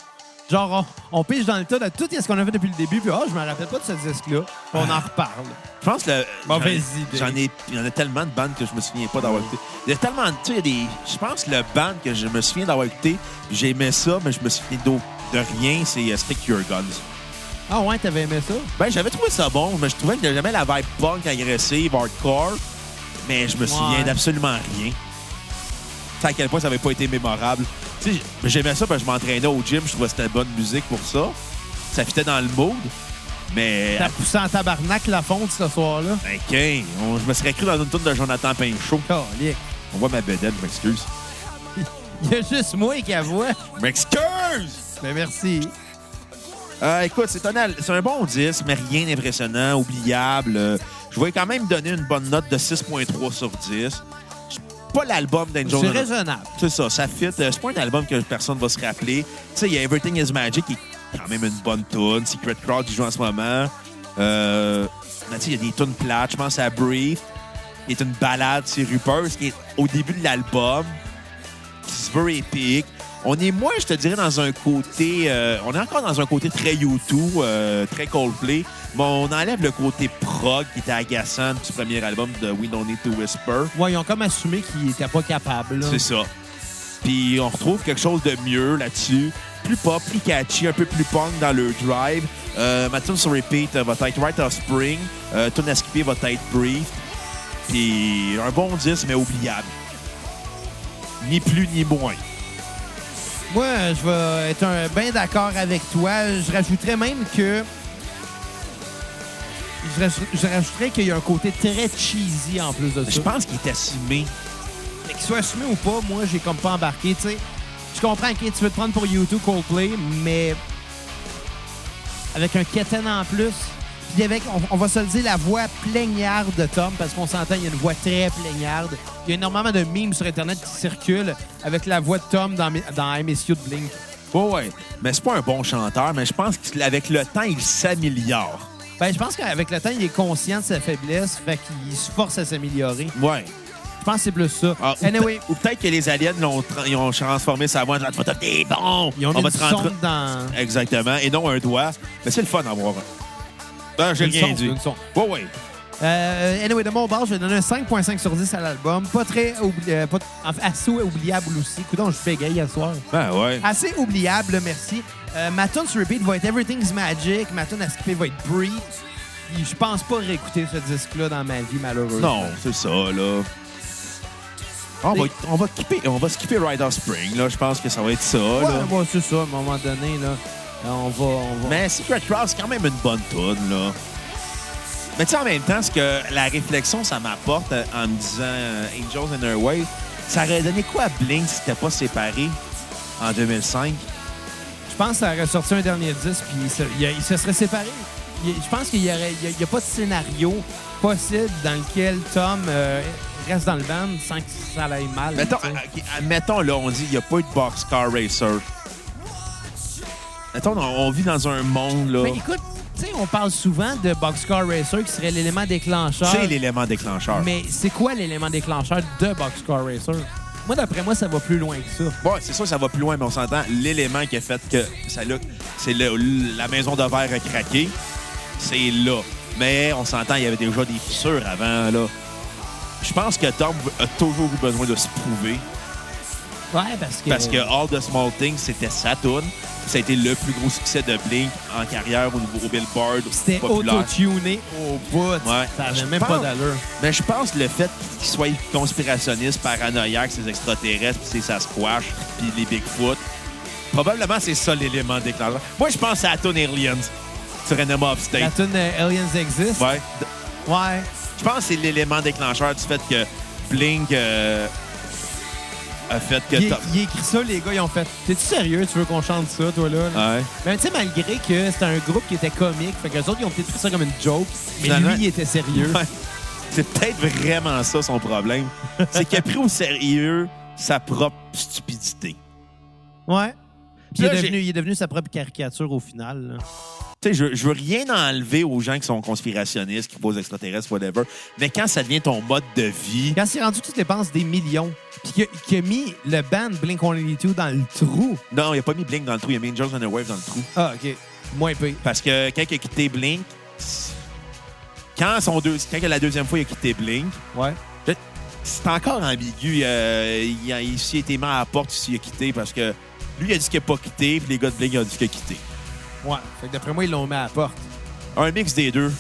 Genre, on, on pige dans le tas de tout ce qu'on a fait depuis le début, puis oh, je me rappelle pas de ce disque-là. Puis On en reparle. Je pense que le- Mauvaise j'en, j'en idée. ai, il y en a tellement de bandes que je me souviens pas d'avoir écouté. Il y a tellement de, tu sais, il y a des, je pense que le band que je me souviens d'avoir écouté, j'aimais ça, mais je me souviens d'au- de rien, c'est euh, Stick Your Guns. Ah ouais, t'avais aimé ça? Ben, j'avais trouvé ça bon, mais je trouvais que jamais la vibe punk agressive, hardcore, mais je me souviens Ouais. d'absolument rien. Tu sais à quel point ça avait pas été mémorable. Tu sais, j'aimais ça parce que je m'entraînais au gym, je trouvais que c'était bonne musique pour ça. Ça fitait dans le mood, mais T'as poussé en tabarnak la fonte ce soir-là? Ok, on- je me serais cru dans une tourne de Jonathan Pinchot. Calique. On voit ma bedaine, je m'excuse. Il y a juste moi qui avoue. Je m'excuse! Mais merci. Euh, écoute, c'est un, al- c'est un bon disque, mais rien d'impressionnant, oubliable. Euh, je vais quand même donner une bonne note de 6.3 sur 10. C'est pas l'album d'Angel. C'est raisonnable. C'est ça, ça fit. Euh, C'est pas un album que personne va se rappeler. Tu sais, il y a Everything is Magic qui est quand même une bonne tune. Secret Crowd qui joue en ce moment. Euh, mais tu sais, il y a des tunes plates. Je pense à Brief, qui est une balade, c'est Rupert, qui est au début de l'album. qui se veut épique. On- On est moins, je te dirais, dans un côté. euh, on est encore dans un côté très YouTube, très Coldplay. Mais on enlève le côté prog qui était agaçant du premier album de We Don't Need to Whisper. Ouais, ils ont comme assumé qu'ils étaient pas capables. là. C'est ça. Puis on retrouve quelque chose de mieux là-dessus. Plus pop, plus catchy, un peu plus punk dans le drive. Euh, ma tune sur repeat euh, va être Right of Spring. Euh, tune à skipper va être Brief. Puis un bon disque, mais oubliable. Ni plus ni moins. Moi, je vais être un bien d'accord avec toi. Je rajouterais même que. Je, raj- je rajouterais qu'il y a un côté très cheesy en plus de ça. Je pense qu'il est assumé. Mais Qu'il soit assumé ou pas, moi, j'ai comme pas embarqué, tu sais. Je comprends que tu veux te prendre pour YouTube Coldplay, mais avec un keten en plus, puis avec, on, on va se le dire, la voix plaignarde de Tom, parce qu'on s'entend, il y a une voix très plaignarde. Il y a énormément de mimes sur Internet qui circulent avec la voix de Tom dans, mi- dans MSU de Blink. Ouais, ouais. Mais c'est pas un bon chanteur, mais je pense qu'avec le temps, il s'améliore. Ben, je pense qu'avec le temps, il est conscient de sa faiblesse, fait qu'il se force à s'améliorer. Ouais. Je pense que c'est plus ça. Ah, ou anyway, peut- ou peut-être que les aliens l'ont tra- ils ont transformé sa voix en genre, t'es bon! ils ont on mis va une te rentrer- sonde dans... Exactement. Et non un doigt. Mais c'est le fun d'avoir un. Ah, j'ai Une rien sonde, dit. une sonde. Ouais, ouais. Euh, anyway, de mon bord, je vais donner un 5.5 sur 10 à l'album. Pas très... oubli- euh, pas t- en fait, assez oubliable aussi. Coudon, je bégaye à soir. Ben ouais. Assez oubliable, merci. Euh, ma tune sur repeat va être Everything's Magic. Ma tune à skipper va être Breathe. Puis Je pense pas réécouter ce disque-là dans ma vie, malheureusement. Non, c'est ça, là. On va, on va skipper, on va skipper Rider Spring, là. Je pense que ça va être ça, là. Ouais, ouais, c'est ça, à un moment donné, là. Euh, On va... On va... Mais Secret Crowd, c'est quand même une bonne tune, là. Mais tu sais, en même temps, ce que la réflexion, ça m'apporte euh, en me disant euh, Angels and Airways, ça aurait donné quoi à Blink si c'était pas séparé en 2005? Je pense que ça aurait sorti un dernier disque, puis il se, il a- il se serait séparé. Il- je pense qu'il n'y a, pas de scénario possible dans lequel Tom euh, reste dans le band sans que ça aille mal. Mettons, euh, tu sais. ok, admettons, là, on dit qu'il n'y a pas eu de boxcar racer. Mettons, on, on vit dans un monde, là. Mais écoute, tu sais, on parle souvent de Boxcar Racer qui serait l'élément déclencheur. C'est l'élément déclencheur. Mais c'est quoi l'élément déclencheur de Boxcar Racer? Moi, d'après moi, ça va plus loin que ça. Bon, c'est sûr que ça va plus loin, mais on s'entend. L'élément qui a fait que ça l'a- c'est le- la maison de verre a craqué, c'est là. Mais on s'entend, il y avait déjà des fissures avant, là. Je pense que Tom a toujours eu besoin de se prouver Ouais, parce que. parce que All the Small Things, c'était sa tune. Ça a été le plus gros succès de Blink en carrière au niveau au Billboard. C'était populaire. auto-tuné au bout. Ouais. Ça Je avait même pense- pas d'allure. Mais je pense le fait qu'ils soient conspirationnistes, paranoïaques, ces extraterrestres, puis ces Sasquatch, puis les Bigfoot, probablement c'est ça l'élément déclencheur. Moi, je pense à Aton Aliens sur Enema of La State. tune euh, Aliens Exist. Ouais. ouais. Je pense que c'est l'élément déclencheur du fait que Blink euh, a fait que... Il, Tom- il écrit ça, les gars, ils ont fait T'es-tu sérieux, tu veux qu'on chante ça, toi, là? Ouais. Mais tu sais, malgré que c'était un groupe qui était comique, fait que les autres, ils ont peut-être pris ça comme une joke, mais Finalement- lui, il était sérieux. Ouais. C'est peut-être vraiment ça son problème. c'est qu'il a pris au sérieux sa propre stupidité. Ouais. Puis il Là, est, j'ai- devenu, il est devenu sa propre caricature au final. là. Tu sais, je, je veux rien enlever aux gens qui sont conspirationnistes, qui posent extraterrestres, whatever. Mais quand ça devient ton mode de vie, Quand c'est rendu toutes les dépenses des millions, puis qu'il a, qu'il a mis le band Blink-182 dans le trou. non, il a pas mis Blink dans le trou, il a mis Angels and the Wave dans le trou. Ah, OK. Moins pire. Parce que quand il a quitté Blink, quand son deux, quand la deuxième fois il a quitté Blink, Ouais. c'est encore ambigu. Euh, il a ici été mis à la porte, s'il a quitté parce que lui il a dit qu'il n'a pas quitté, puis les gars de Blink ils ont dit qu'il a quitté. Ouais. Fait que d'après moi, ils l'ont mis à la porte. Un mix des deux.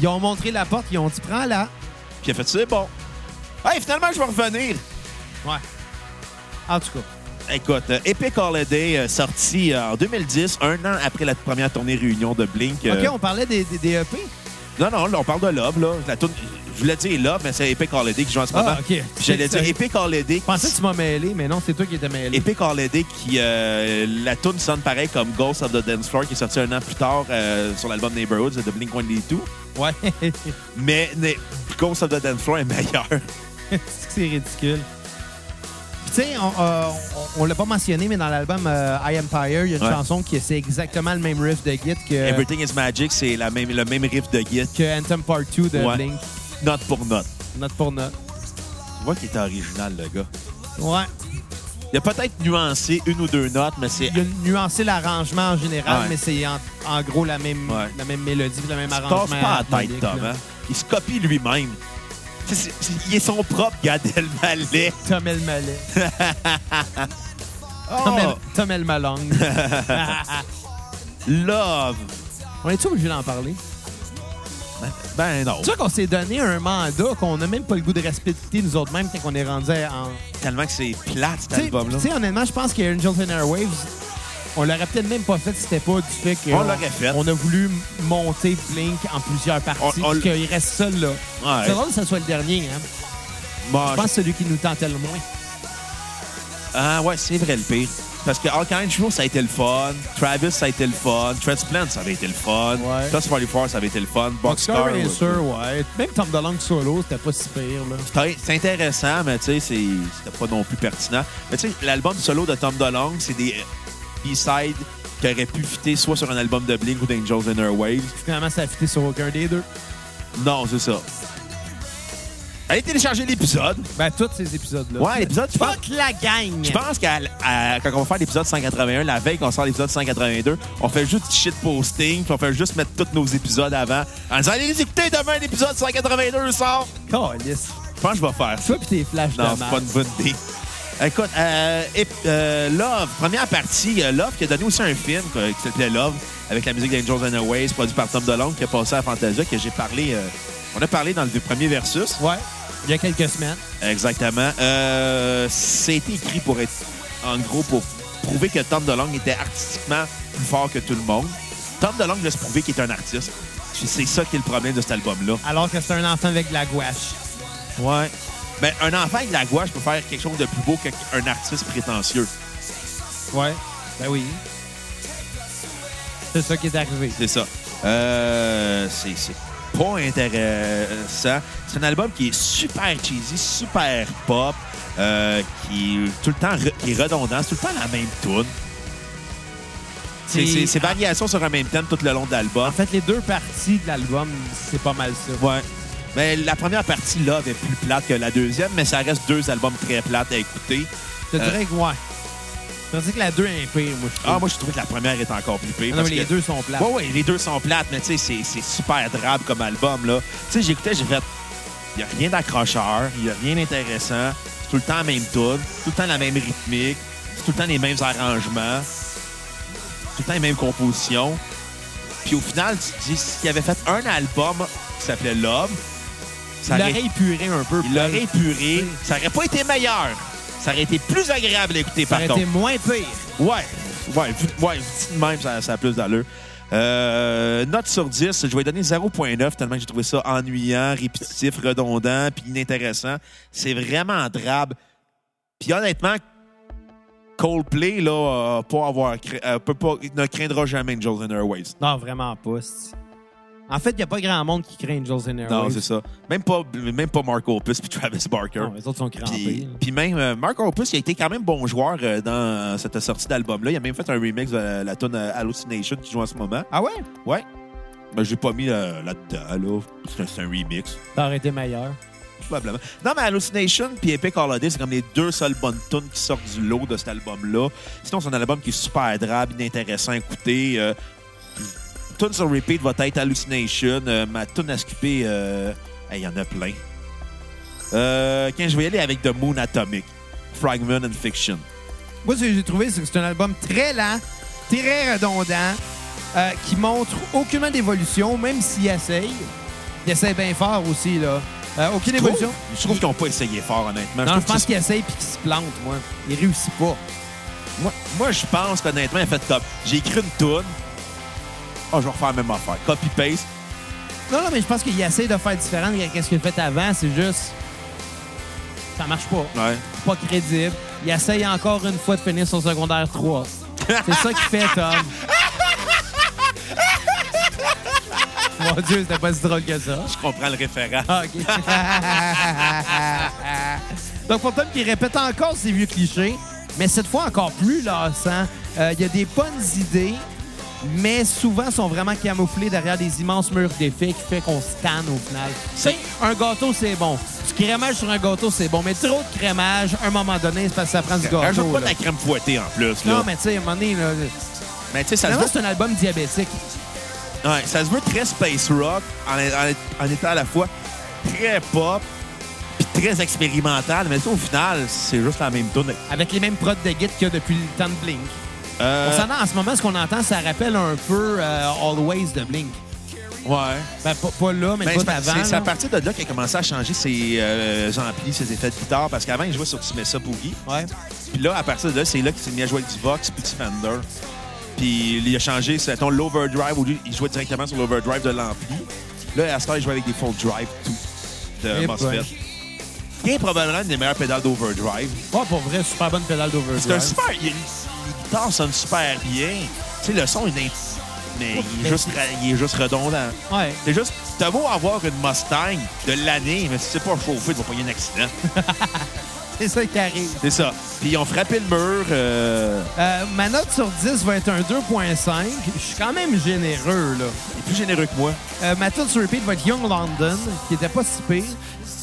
Ils ont montré la porte, ils ont dit Prends-la. Puis il a fait c'est bon. Hey, finalement je vais revenir. Ouais. En tout cas. Écoute, euh, Epic Holiday, euh, sorti euh, en 2010, un an après la première tournée réunion de Blink. euh, OK, on parlait des, des, E des EP. Non, non, là, on parle de Love, là. La tourne- Je voulais dire Love, mais c'est Epic Holiday qui joue en ce moment. Ah, OK. Puis J'allais dire Epic Holiday. Je pensais que tu m'as mêlé, mais non, c'est toi qui étais mêlé. Epic Holiday qui euh, la tune sonne pareil comme Ghost of the Dance Floor qui est sorti un an plus tard euh, sur l'album Neighborhoods de Blink 182 Ouais. mais, mais Ghost of the Dance Floor est meilleur Euh. c'est que c'est ridicule. Puis, Tu sais, on, euh, on- on l'a pas mentionné, mais dans l'album euh, I Empire, il y a une Ouais. chanson qui c'est exactement le même riff de Git que, Everything is Magic c'est la même le même riff de Git que Anthem Part 2 de Ouais. Blink. note pour note Note pour note. tu vois qu'il est original le gars Ouais. Il a peut-être nuancé une ou deux notes, mais c'est Il a nuancé l'arrangement en général, Ouais. mais c'est en, en gros la même, Ouais. la même mélodie, puis le même Il se arrangement. casse pas la tête, harmonique, Tom. là. hein. Il se copie lui-même. Tu sais, c'est- c'est- Il est son propre Gad Elmaleh. Tom El Mallet. Tom, El, Oh, Tom El Malong. love. On est-tu obligé d'en parler? Ben, ben non. Tu vois qu'on s'est donné un mandat qu'on n'a même pas le goût de respecter nous autres mêmes quand on est rendu en. Tellement que c'est plate, cet Tu sais, album-là. tu sais, honnêtement, je pense que Angels and Airwaves, on l'aurait peut-être même pas fait si c'était pas du fait que. On l'aurait fait. On a voulu monter Blink en plusieurs parties, On- on- puis qu'il reste seul là. Ouais. Ah, C'est drôle que ce soit le dernier, hein. Bon, Je pense que c'est celui qui nous tentait le moins. Ah ouais, c'est vrai le pire. Parce que All Kind Show, ça a été le fun. Travis, ça a été le fun. Transplant, ça avait été le fun. Ouais. Toss 44, ça avait été le fun. Boxcar, Boxcar ouais. Racer, ouais. Même Tom DeLonge solo, c'était pas si pire, là. C'était- C'est intéressant, mais tu sais, c'est- c'était pas non plus pertinent. Mais tu sais, l'album solo de Tom DeLonge, c'est des euh, B-sides qui auraient pu fitter soit sur un album de Blink ou d'Angels and Airwaves. Finalement, ça a fité sur aucun des deux. Non, c'est ça. Allez télécharger l'épisode. Ben, tous ces épisodes-là. Ouais, l'épisode, je pense, Fuck la gang! je pense qu'à à- quand on va faire l'épisode 181, la veille qu'on sort l'épisode 182, on fait juste du shit posting, puis on fait juste mettre tous nos épisodes avant en disant Allez les écouter demain, l'épisode 182 sort. Calisse. Je pense que je vais faire ça. Toi pis tes flashs Non, de c'est marde. pas une bonne idée. Écoute, euh, ép- euh, Love, première partie, euh, Love qui a donné aussi un film euh, qui s'appelait Love avec la musique d'Angels and Airways, produit par Tom DeLonge, qui a passé à Fantasia, que j'ai parlé, euh, on a parlé dans le premier Versus. Ouais, il y a quelques semaines. Exactement. Euh, C'était écrit pour être, en gros, pour prouver que Tom DeLonge était artistiquement plus fort que tout le monde. Tom DeLonge veut se prouver qu'il est un artiste. C'est c'est ça qui est le problème de cet album-là. Alors que c'est un enfant avec de la gouache. Ouais. Ben, un enfant avec la gouache peut faire quelque chose de plus beau qu'un artiste prétentieux. Ouais. Ben oui. C'est ça qui est arrivé. C'est ça. Euh, c'est c'est pas intéressant. C'est un album qui est super cheesy, super pop, euh, qui est tout le temps re- qui est redondant, c'est tout le temps la même tune. C'est- Et- C'est c'est variations sur un même thème tout le long de l'album. En fait, les deux parties de l'album, c'est pas mal ça. Ouais. Mais la première partie, Love, est plus plate que la deuxième, mais ça reste deux albums très plates à écouter. Je te Euh. dirais que ouais. Je te dirais que la 2 est pire, moi, je trouve. Ah, moi, je trouve que la première est encore plus pire. Ah non, parce mais les que- deux sont plates. Ouais, ouais, les deux sont plates, mais tu sais, c'est- c'est super drabe comme album, là. Tu sais, j'écoutais, j'ai fait. Il a rien d'accrocheur, il a rien d'intéressant. C'est tout le temps la même tune, tout le temps la même rythmique, c'est tout le temps les mêmes arrangements, tout le temps les mêmes compositions. Puis au final, tu te dis, s'il avait fait un album qui s'appelait Love, ça il aurait- l'aurait épuré un peu. il l'aurait épuré, ça aurait pas été meilleur. Ça aurait été plus agréable à écouter, Ça par aurait contre. été moins pire. Ouais, ouais, vu- ouais, dit de même, ça, ça a plus d'allure. Euh, note sur 10, je vais donner 0.9 tellement que j'ai trouvé ça ennuyant, répétitif, redondant, puis inintéressant. C'est vraiment drabe. Puis honnêtement, Coldplay, là, euh, pas avoir cra- euh, peut pas, ne craindra jamais Angels and Airwaves. Non, vraiment pas. c'est- En fait, il n'y a pas grand monde qui craint Angels and Airwaves. Non, c'est ça. Même pas, même pas Mark Opus puis Travis Barker. Non, les autres sont crampés. Puis, puis même euh, Mark Opus, il a été quand même bon joueur euh, dans cette sortie d'album-là. Il a même fait un remix de la, la tune euh, Hallucination qui joue en ce moment. Ah ouais? Ouais. Mais j'ai pas mis euh, là-dedans, là. C'est un- C'est un remix. Ça aurait été meilleur. Probablement. Non, mais Hallucination puis Epic Holiday, c'est comme les deux seules bonnes tunes qui sortent du lot de cet album-là. Sinon, c'est un album qui est super drabe, inintéressant à écouter. Euh, tune sur repeat va être Hallucination. Euh, ma tune à skipper, euh, hey, il y en a plein. Euh, quand je vais y aller avec The Moon Atomic, Fragment and Fiction. Moi, ce que j'ai trouvé, c'est que c'est un album très lent, très redondant, euh, qui montre aucunement d'évolution, même s'il essaye. Il essaye bien fort aussi, là. Euh, aucune évolution. Je trouve qu'ils n'ont pas essayé fort, honnêtement. Ah, Non, trouve je que pense qu'il essaye puis qu'il se plante, moi. Il réussit pas. Moi, moi, je pense qu'honnêtement, elle fait top. J'ai écrit une toune. Oh, je vais refaire la même affaire. Copy-paste. Non, non, mais je pense qu'il essaye de faire différent de ce qu'il a fait avant. C'est juste. Ça marche pas. Ouais. pas crédible. Il essaye encore une fois de finir son secondaire 3. C'est ça qu'il fait, Tom. Mon Dieu, c'était pas si drôle que ça. Je comprends le référent. Ah, OK. Donc, pour Tom qui répète encore ses vieux clichés, mais cette fois encore plus lassant, Euh, il y a des bonnes idées, mais souvent sont vraiment camouflées derrière des immenses murs d'effets qui fait qu'on se tanne au final. Tu sais, un gâteau, c'est bon. Tu Crémage sur un gâteau, c'est bon. Mais trop de crémage, à un moment donné, c'est parce que ça prend du gâteau. Rajoute pas de là. la crème fouettée en plus. Là. Non, mais tu sais, à un moment donné, là, Mais tu sais, ça se finalement, voit c'est un album diabétique. Ouais, ça se veut très space rock en, en- en étant à la fois très pop puis très expérimental, mais ça, au final, c'est juste la même tune. Avec les mêmes prods de guide qu'il y a depuis le temps de Blink. Euh, On s'en a- en ce moment, ce qu'on entend, ça rappelle un peu euh, Always de Blink. ouais. Ben, pas, pas là, mais Ben, pas c'est par- avant. c'est- c'est à là. partir de là qu'il a commencé à changer ses euh, amplis, ses effets de guitare, parce qu'avant, il jouait sur Tu mets ça Boogie. Ouais. Puis là, à partir de là, c'est là qu'il s'est mis à jouer avec du Vox puis du Fender. Puis il a changé, c'est ton l'overdrive, où lui, il jouait directement sur l'overdrive de l'ampli. Là, à ce temps, il jouait avec des full drive tout de Eh MOSFET. ben. Qui est probablement une des meilleures pédales d'overdrive. Ouais, Oh, pour vrai, super bonne pédale d'overdrive. C'est un super. il- Les guitares sonnent super bien. Tu sais, le son, il est, mais il est, juste, ra- il est juste redondant. Ouais. C'est juste, t'as beau avoir une Mustang de l'année, mais si c'est pas chauffé, tu vas pogner un accident. C'est ça qui arrive. C'est ça. Puis ils ont frappé le mur. euh, Euh, ma note sur 10 va être un 2.5. Je suis quand même généreux, là. il est plus généreux que moi. Euh, ma tune sur repeat va être Young London, qui était pas si pire.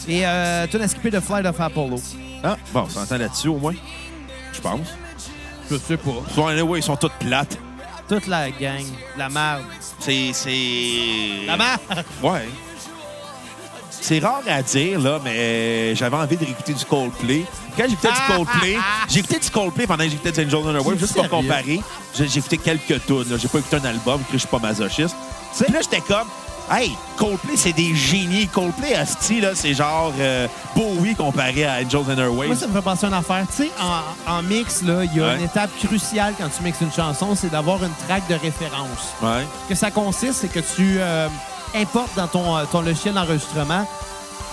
Et euh, tune à skipper de Flight of Apollo. Ah, bon, on s'entend là-dessus au moins. Je pense. Je sais pas. Bon, anyway, ils sont toutes plates. Toute la gang. La merde. C'est. C'est. La merde! Ouais. C'est rare à dire, là, mais j'avais envie de réécouter du Coldplay. Quand j'écoutais du Coldplay, j'ai écouté du Coldplay pendant que j'écoutais du Angels on the Wave, C'est juste pour sérieux? comparer. J'ai j'ai écouté quelques tunes, là. J'ai pas écouté un album, que je suis pas masochiste. Puis là, j'étais comme, hey, Coldplay, c'est des génies. Coldplay, Asti, là, c'est genre euh, Bowie comparé à Angels and Airwaves. Moi, ça me fait penser à une affaire. Tu sais, en, en mix, là, il y a Ouais. une étape cruciale quand tu mixes une chanson, c'est d'avoir une track de référence. Ouais. Ce que ça consiste, c'est que tu euh, importes dans ton, euh, ton logiciel d'enregistrement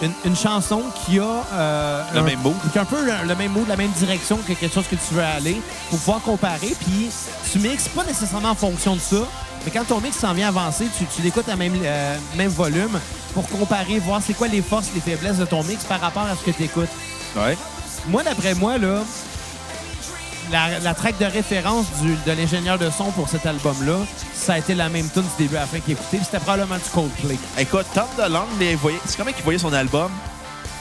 une, une chanson qui a euh, Le même mood. qui a un peu le, le même mot, la même direction que quelque chose que tu veux aller pour pouvoir comparer. Puis tu mixes pas nécessairement en fonction de ça, mais quand ton mix s'en vient avancé, tu, tu l'écoutes à même, euh, même volume pour comparer, voir c'est quoi les forces, les faiblesses de ton mix par rapport à ce que tu écoutes. Ouais. Moi, d'après moi, là, la, la track de référence du- de l'ingénieur de son pour cet album-là, ça a été la même tune du début à la fin qu'il écoutait, puis c'était probablement du Coldplay. Écoute, Tom DeLonge, mais il voyait- c'est comment qu'il voyait son album?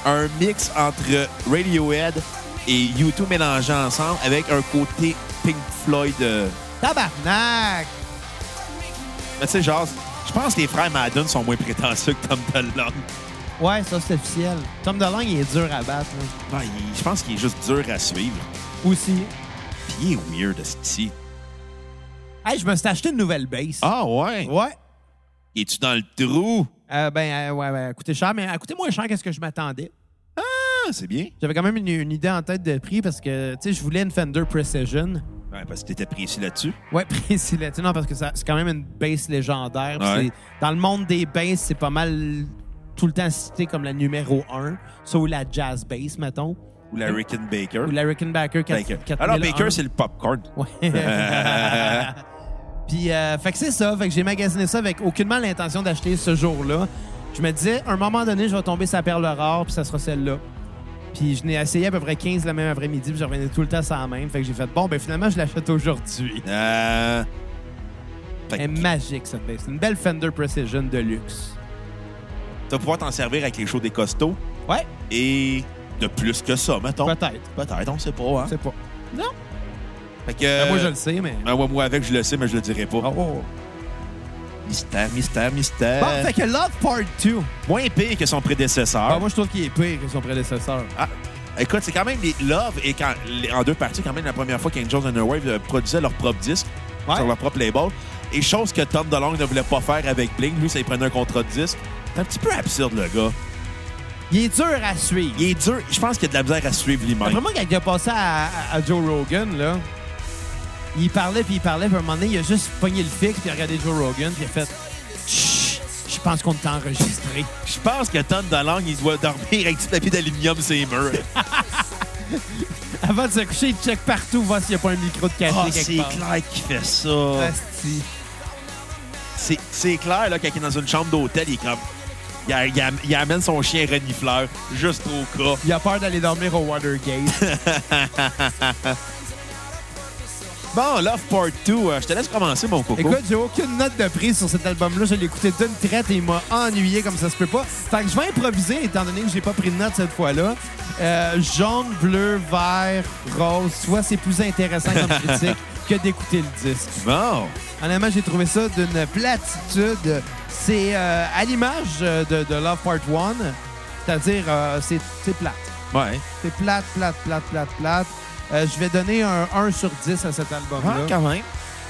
Un mix entre Radiohead et U2 mélangés ensemble avec un côté Pink Floyd. euh, Tabarnak! Mais tu sais, genre, je pense que les frères Madden sont moins prétentieux que Tom DeLonge. Ouais, ça, c'est officiel. Tom DeLonge, il est dur à battre, là. Non, il- je pense qu'il est juste dur à suivre. Aussi. Puis il est weird, esti. Hey, je me suis acheté une nouvelle bass. Ah ouais? Ouais. Es-tu dans le trou? Euh, ben, euh, ouais, ouais, elle coûtait cher, mais elle coûtait moins cher que ce que je m'attendais. Ah, c'est bien. J'avais quand même une, une idée en tête de prix parce que, tu sais, je voulais une Fender Precision. Ouais, parce que t'étais précis là-dessus. Ouais, précis là. Tu sais, Non, parce que ça- c'est quand même une base légendaire. puis Ouais. c'est- Dans le monde des basses, c'est pas mal tout le temps cité comme la numéro 1, sauf la jazz bass, mettons, Ou la Rickenbacker. ou la Rickenbacker 4, Baker. Ben, Alors, Baker, c'est le popcorn. Euh, Ouais. Puis, euh, fait que c'est ça. Fait que j'ai magasiné ça avec aucunement l'intention d'acheter ce jour-là. Je me disais, à un moment donné, je vais tomber sa perle rare, puis ça sera celle-là. Puis je n'ai essayé à peu près 15 le même après-midi, puis je revenais tout le temps sans la même. Fait que j'ai fait, bon, ben finalement, je l'achète aujourd'hui. Euh... Fait que- Elle est magique, cette baisse. C'est une belle Fender Precision de luxe. tu vas pouvoir t'en servir avec les shows des costauds Ouais, et de plus que ça, mettons. peut-être. Peut-être, on sait pas. Hein? Je sais pas. Non. Fait que, Ben, moi, je le sais, mais. Ah ouais, moi, avec, je le sais, mais je le dirai pas. Oh, oh. Mystère, mystère, mystère. Bon, fait que Love Part 2. Moins pire que son prédécesseur. moi, je trouve qu'il est pire que son prédécesseur. Ah, écoute, c'est quand même les Love et quand, les- en deux parties, quand même la première fois qu'Angels and Airwaves euh, produisaient leur propre disque Ouais. sur leur propre label. Et chose que Tom DeLonge ne voulait pas faire avec Blink, lui, ça il prenait un contrat de disque. C'est un petit peu absurde, le gars. Il est dur à suivre. Il est dur. Je pense qu'il a de la misère à suivre lui-même. Après moi, quand il a passé à, à- à Joe Rogan, là, il parlait, puis il parlait, puis à un moment donné, il a juste pogné le fixe, puis il a regardé Joe Rogan, puis il a fait Chut, je pense qu'on t'a enregistré. Je pense que Tom DeLonge, il doit dormir avec du papier d'aluminium sur les murs. Avant de se coucher, il check partout, voir s'il n'y a pas un micro de café Ah, c'est quelque part. clair qu'il fait ça. Asti. C'est c'est clair, là, quand il est dans une chambre d'hôtel, il est comme. Il, a- il a- il amène son chien renifleur juste au cas. Il a peur d'aller dormir au Watergate. Bon, Love Part 2, je te laisse commencer, mon coco. Écoute, j'ai aucune note de prise sur cet album-là. Je l'ai écouté d'une traite et il m'a ennuyé comme ça se peut pas. Fait que je vais improviser, étant donné que j'ai pas pris de note cette fois-là. Euh, jaune, bleu, vert, rose. Soit c'est plus intéressant comme critique que d'écouter le disque. bon. Honnêtement, j'ai trouvé ça d'une platitude. C'est euh, à l'image euh, de, de Love Part 1, c'est-à-dire euh, c'est c'est plate. Ouais. C'est plate, plate, plate, plate, plate. Euh, je vais donner un 1 sur 10 à cet album-là. même.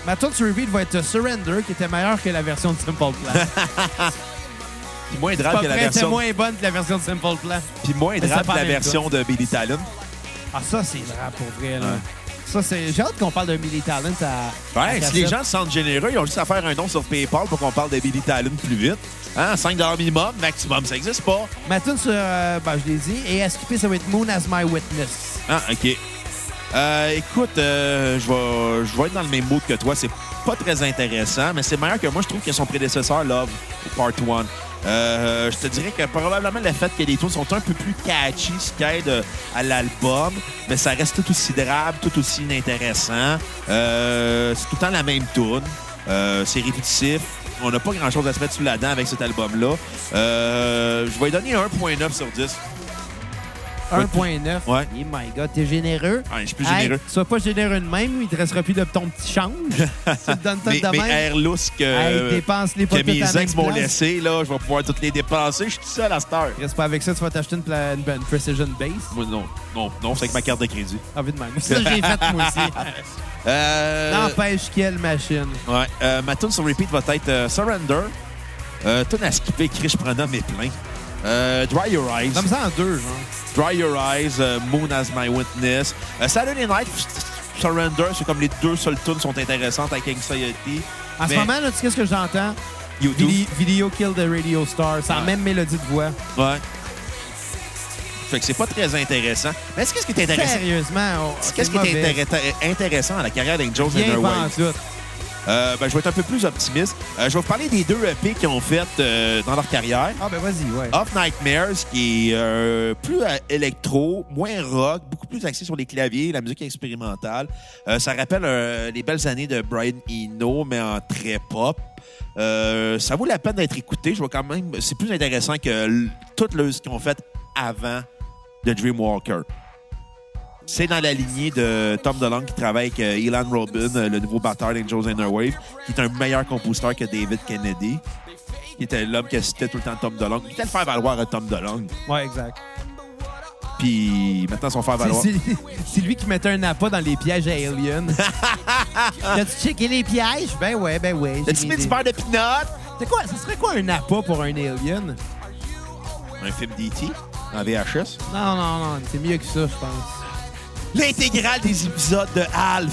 Ma tune sur repeat va être Surrender, qui était meilleure que la version de Simple Plan. Ah, Puis moins Pas drôle que la vrai, était version, moins bonne que la version de Simple Plan. puis moins Mais ça drôle que la parle même version de Billy Talon. Ah, ça, c'est grave pour vrai, là. Ouais. Ça, c'est... J'ai hâte qu'on parle d'un Millie Talent à... à Ouais, si les cassette. gens se sentent généreux, ils ont juste à faire un don sur PayPal pour qu'on parle de Billy Talon plus vite. Hein, 5 minimum, maximum, ça n'existe pas. Ma tune sur... euh, ben, je l'ai dit. Et à skipper, ça va être Moon as My Witness. Ah, OK. Euh, écoute, euh, je vais je vais être dans le même mood que toi. C'est pas très intéressant, mais c'est meilleur que moi. Je trouve que son prédécesseur, Love, Part 1. je te dirais que probablement le fait que les tunes sont un peu plus catchy, ce qui aide euh, à l'album, mais ça reste tout aussi drabe, tout aussi inintéressant. Euh, c'est tout le temps la même tune. Euh, c'est répétitif. On n'a pas grand-chose à se mettre sous la dent avec cet album-là. Euh, je vais lui donner un 1.9 sur 10. 1.9. Ouais. Oh my God, t'es généreux. Ah, je suis plus généreux. Hey, sois pas généreux de même, il te restera plus de ton petit change. tu te donnes tout Mais, euh, de mais même. air lousse que, Hey, dépense les que potes mes ex m'ont laissé, là, je vais pouvoir toutes les dépenser. Je suis tout seul à cette heure. Reste pas avec ça, tu vas t'acheter une, pla- une- une Precision Base. Moi, non, non, non, c'est avec ma carte de crédit. Envie de même. Ça, je l'ai fait moi aussi. Euh, N'empêche, quelle machine. ouais, euh, ma tune sur repeat va être euh, Surrender. Euh, tune à skipper, écrit, je prends nomme et plein. Euh, Dry Your Eyes. Comme ça en deux, genre. Dry Your Eyes, euh, Moon as My Witness. Euh, Saturday Night, Surrender, c'est comme les deux seules tunes sont intéressantes à King Society. En Mais- ce moment, là, tu sais qu'est-ce que j'entends? You Do. Vidi- Video Kill the Radio Star. C'est la Ouais. même mélodie de voix. Ouais. Fait que c'est pas très intéressant. Mais est-ce que ce qui est intéressant? Sérieusement, oh, Qu'est-ce c'est qui est mauvais. intéressant- intéressant à la carrière d'Angels and Bien Their pas en Waves? tout. Euh, ben, je vais être un peu plus optimiste. Euh, je vais vous parler des deux EP qu'ils ont fait euh, dans leur carrière. Ah, ben vas-y, ouais. Off Nightmares, qui est euh, plus euh, électro, moins rock, beaucoup plus axé sur les claviers, la musique expérimentale. Euh, ça rappelle euh, les belles années de Brian Eno, mais en très pop. Euh, ça vaut la peine d'être écouté. Je vois quand même, c'est plus intéressant que l- toutes les ce qu'ils ont fait avant de Dreamwalker. C'est dans la lignée de Tom DeLonge qui travaille avec euh, Elan Robin, euh, le nouveau batteur d'Angels and Her Wave, qui est un meilleur compositeur que David Kennedy qui était l'homme qui assistait tout le temps Tom DeLonge. Il était le faire valoir à Tom DeLonge. Ouais, exact. Puis maintenant, son faire C'est- valoir. c'est- C'est lui qui mettait un appât dans les pièges à Alien. T'as-tu checké les pièges? Ben ouais, ben ouais. T'as-tu mis du beurre de pinot? C'est quoi? Ce serait quoi un appât pour un alien? Un film d'E.T. en VHS. Non, non, non. C'est mieux que ça, je pense. L'intégrale des épisodes de Alf.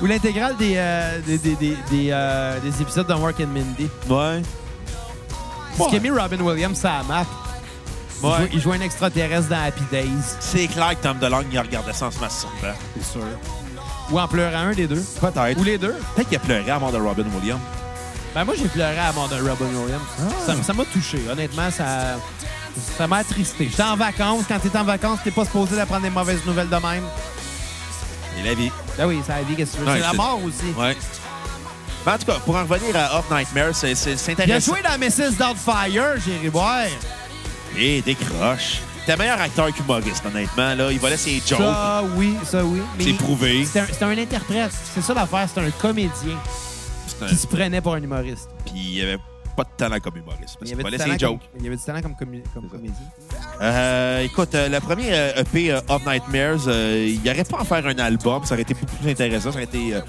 Ou l'intégrale des, euh, des, des, des, des, euh, des épisodes de Mark and Mindy. Ouais. Ce qui a mis Robin Williams à la map. Il Ouais. jouait- Il jouait un extraterrestre dans Happy Days. C'est clair que Tom DeLonge, il regardait ça en se masturbant. C'est sûr. Ou en pleurant un des deux. Peut-être. Ou les deux. Peut-être qu'il a pleuré à mort de Robin Williams. Ben moi, j'ai pleuré à mort de Robin Williams. Ça- Ça m'a touché. Honnêtement, ça ça m'a attristé. J'étais en vacances. Quand t'es en vacances, t'es pas supposé d'apprendre des mauvaises nouvelles de même. Et la vie. Ben oui, ça la vie, qu'est-ce que tu veux. Ouais, C'est la c'est- mort aussi. Ouais. Mais en tout cas, pour en revenir à Up Nightmare, c'est c'est- c'est Il a intéressant. joué dans Mrs. Doubtfire, Jerry Boy. Et Eh, décroche. T'es meilleur acteur qu'humoriste, honnêtement. Là. Il volait ses jokes. Ça, oui, ça, oui. Mais C'est prouvé. C'est un, c'est un interprète. C'est ça l'affaire. C'est un comédien C'est un- qui se prenait pour un humoriste. Puis il avait pas de talent comme humoriste. Parce Mais qu'il volait du ses talent jokes. comme- il y avait du talent comme, commu- comme comédien. Euh, écoute, euh, le premier euh, EP euh, Of Nightmares, euh, il n'y aurait pas à en faire un album. Ça aurait été beaucoup plus intéressant. Ça aurait été. euh,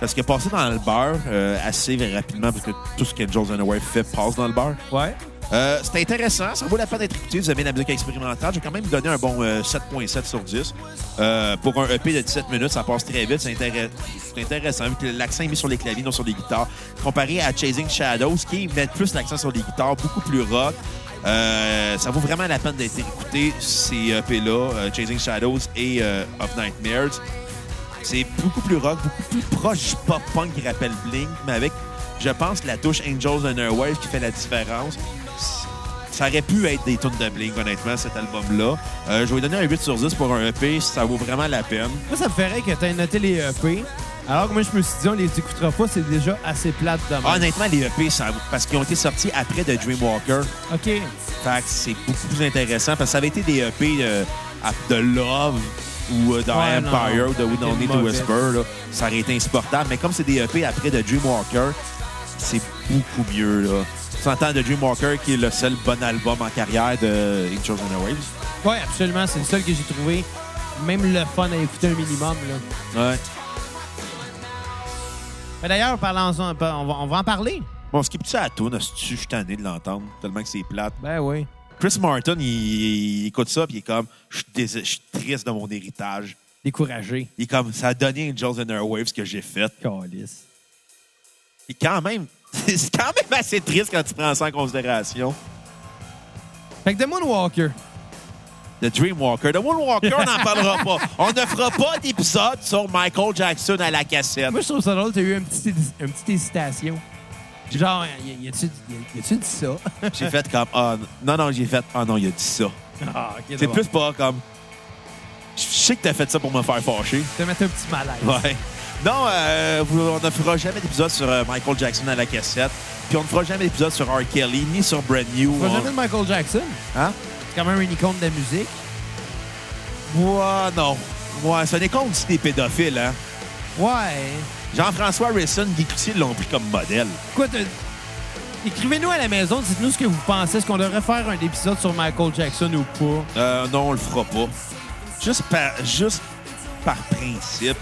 parce que passer dans le beurre euh, assez rapidement, parce que tout ce que Jones and Away fait passe dans le beurre. Ouais. Euh, c'est intéressant, ça vaut la peine d'être écouté. Vous aimez la musique expérimentale. J'ai quand même donné un bon euh, 7.7 sur 10. Euh, pour un EP de 17 minutes, ça passe très vite. C'est intéress- c'est intéressant, vu que l'accent est mis sur les claviers, non sur les guitares. Comparé à Chasing Shadows, qui met plus l'accent sur les guitares, beaucoup plus rock. Euh, ça vaut vraiment la peine d'être écouté, ces EP-là, euh, Chasing Shadows et euh, Of Nightmares. C'est beaucoup plus rock, beaucoup plus proche du pop-punk qui rappelle Blink, mais avec, je pense, la touche Angels and Airwaves qui fait la différence. Ça aurait pu être des tunes de Blink, honnêtement, cet album-là. Euh, je vais lui donner un 8 sur 10 pour un EP. Ça vaut vraiment la peine. Moi, ça me ferait que t'aies noté les EP, alors que moi, je me suis dit, on les écoutera pas, c'est déjà assez plate de même. Ah, honnêtement, les EP, ça, parce qu'ils ont été sortis après The Dreamwalker. OK. Fait que c'est beaucoup plus intéressant parce que ça avait été des EP euh, à- de Love ou euh, dans Ouais, non. Empire ou de We Don't C'était Need to mauvais. Whisper. là. ça aurait été insupportable. Mais comme c'est des EP après de Dreamwalker, c'est beaucoup mieux. Là. Tu entends The Dreamwalker qui est le seul bon album en carrière de In Children of Waves. Ouais, absolument. C'est le seul que j'ai trouvé. Même le fun à écouter un minimum, là. Ouais. Mais d'ailleurs, parlons-en un peu. On va, on va en parler. Bon, skip tu à tout, je suis tanné de l'entendre tellement que c'est plate. Ben oui. Chris Martin, il, il écoute ça puis il est comme, je suis dés- je suis triste de mon héritage. Découragé. Il est comme, ça a donné Angels and Airwaves ce que j'ai fait. Calice. Et quand même, c'est quand même assez triste quand tu prends ça en considération. Fait que The Moonwalker. The Dreamwalker. The Moonwalker, on n'en parlera pas. On ne fera pas d'épisode sur Michael Jackson à la cassette. Moi, je trouve ça drôle. T'as eu une petite, une petite hésitation. Genre, y, y a-tu y a-tu dit ça? J'ai fait comme, ah, non, non, j'ai fait, ah non, il a dit ça. ah, ok. C'est plus pas comme, je sais que t'as fait ça pour me faire fâcher. Te mettre un petit malaise. Ouais. Non, euh, vous- on ne fera jamais d'épisode sur euh, Michael Jackson à la cassette. Puis on ne fera jamais d'épisode sur R. Kelly, ni sur Brand New. Pas On- jamais de Michael Jackson. Hein? C'est quand même une icône de la musique. Moi, non. Moi, ce n'est con aussi des pédophiles, hein. Ouais. Jean-François Risson, Guy Coutier l'ont pris comme modèle. Quoi, t'as- Écrivez-nous à la maison, dites-nous ce que vous pensez. Est-ce qu'on devrait faire un épisode sur Michael Jackson ou pas? Euh, non, on le fera pas. Juste par, juste par principe,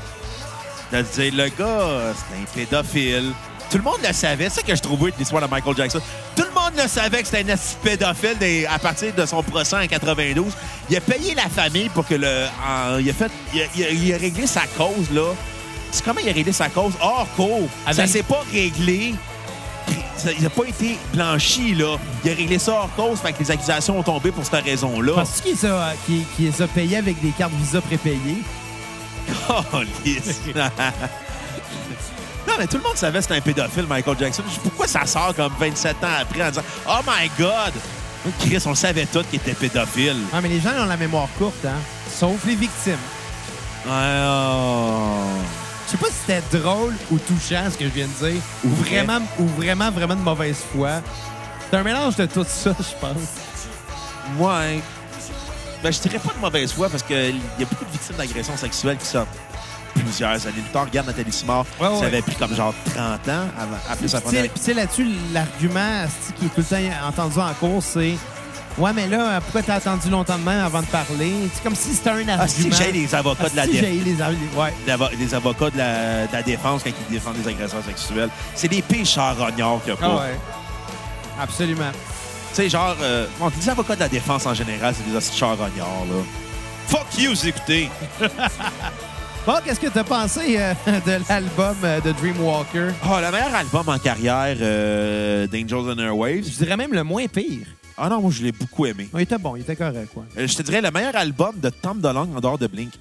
de dire le gars, c'est un pédophile. Tout le monde le savait. C'est ça que je trouve weird de l'histoire de Michael Jackson. Tout le monde le savait que c'était un esti de pédophile des- à partir de son procès en 92. Il a payé la famille pour que le. en- il, a fait, il, a, il a- il a réglé sa cause, là. C'est comment il a réglé sa cause? Hors cours. Ça Avec- s'est pas réglé. Ça- Il n'a pas été blanchi, là. Il a réglé ça hors cause, fait que les accusations ont tombé pour cette raison-là. Penses-tu qu'il les a- qu'il- qu'il les a payés avec des cartes Visa prépayées? Calisse. Non, mais tout le monde savait que c'était un pédophile, Michael Jackson. Je- Pourquoi ça sort comme 27 ans après en disant Oh my God! Chris, on le savait tous qu'il était pédophile. Ah, mais les gens ont la mémoire courte, hein? Sauf les victimes. Oh. Je sais pas si c'était drôle ou touchant, ce que je viens de dire. Ou Ou vrai. vraiment, ou vraiment, vraiment de mauvaise foi. C'est un mélange de tout ça, je pense. Ouais. Ben, je dirais pas de mauvaise foi parce qu'il y a beaucoup de victimes d'agressions sexuelles qui sortent plusieurs années plus tard. Regarde Nathalie Simard, Ouais, ouais. ça avait pris comme genre 30 ans avant, après sa Puis, tu sais- première. puis tu sais, là-dessus, l'argument asti, qui est tout le temps entendu en cours, c'est Ouais, mais là, euh, pourquoi t'as attendu longtemps de même avant de parler? C'est comme si c'était un argument. Ah, si j'ai les avocats de la Asti, défense. j'ai les av- les- Ouais. d'avo- des avocats de la, de la défense quand ils défendent des agresseurs sexuels. C'est des pires charognards qu'il n'y a Ah pas. ouais. Absolument. Tu sais, genre, euh, bon, les avocats de la défense en général, c'est des hosties de charognards, là. Fuck you, vous écoutez! Bon, qu'est-ce que t'as pensé euh, de l'album euh, de Dreamwalker? Ah, le meilleur album en carrière euh, d'Angels and Airwaves. Je dirais même le moins pire. Ah non, moi, je l'ai beaucoup aimé. Ouais, il était bon, il était correct, quoi. Euh, je te dirais, le meilleur album de Tom DeLonge en dehors de Blink.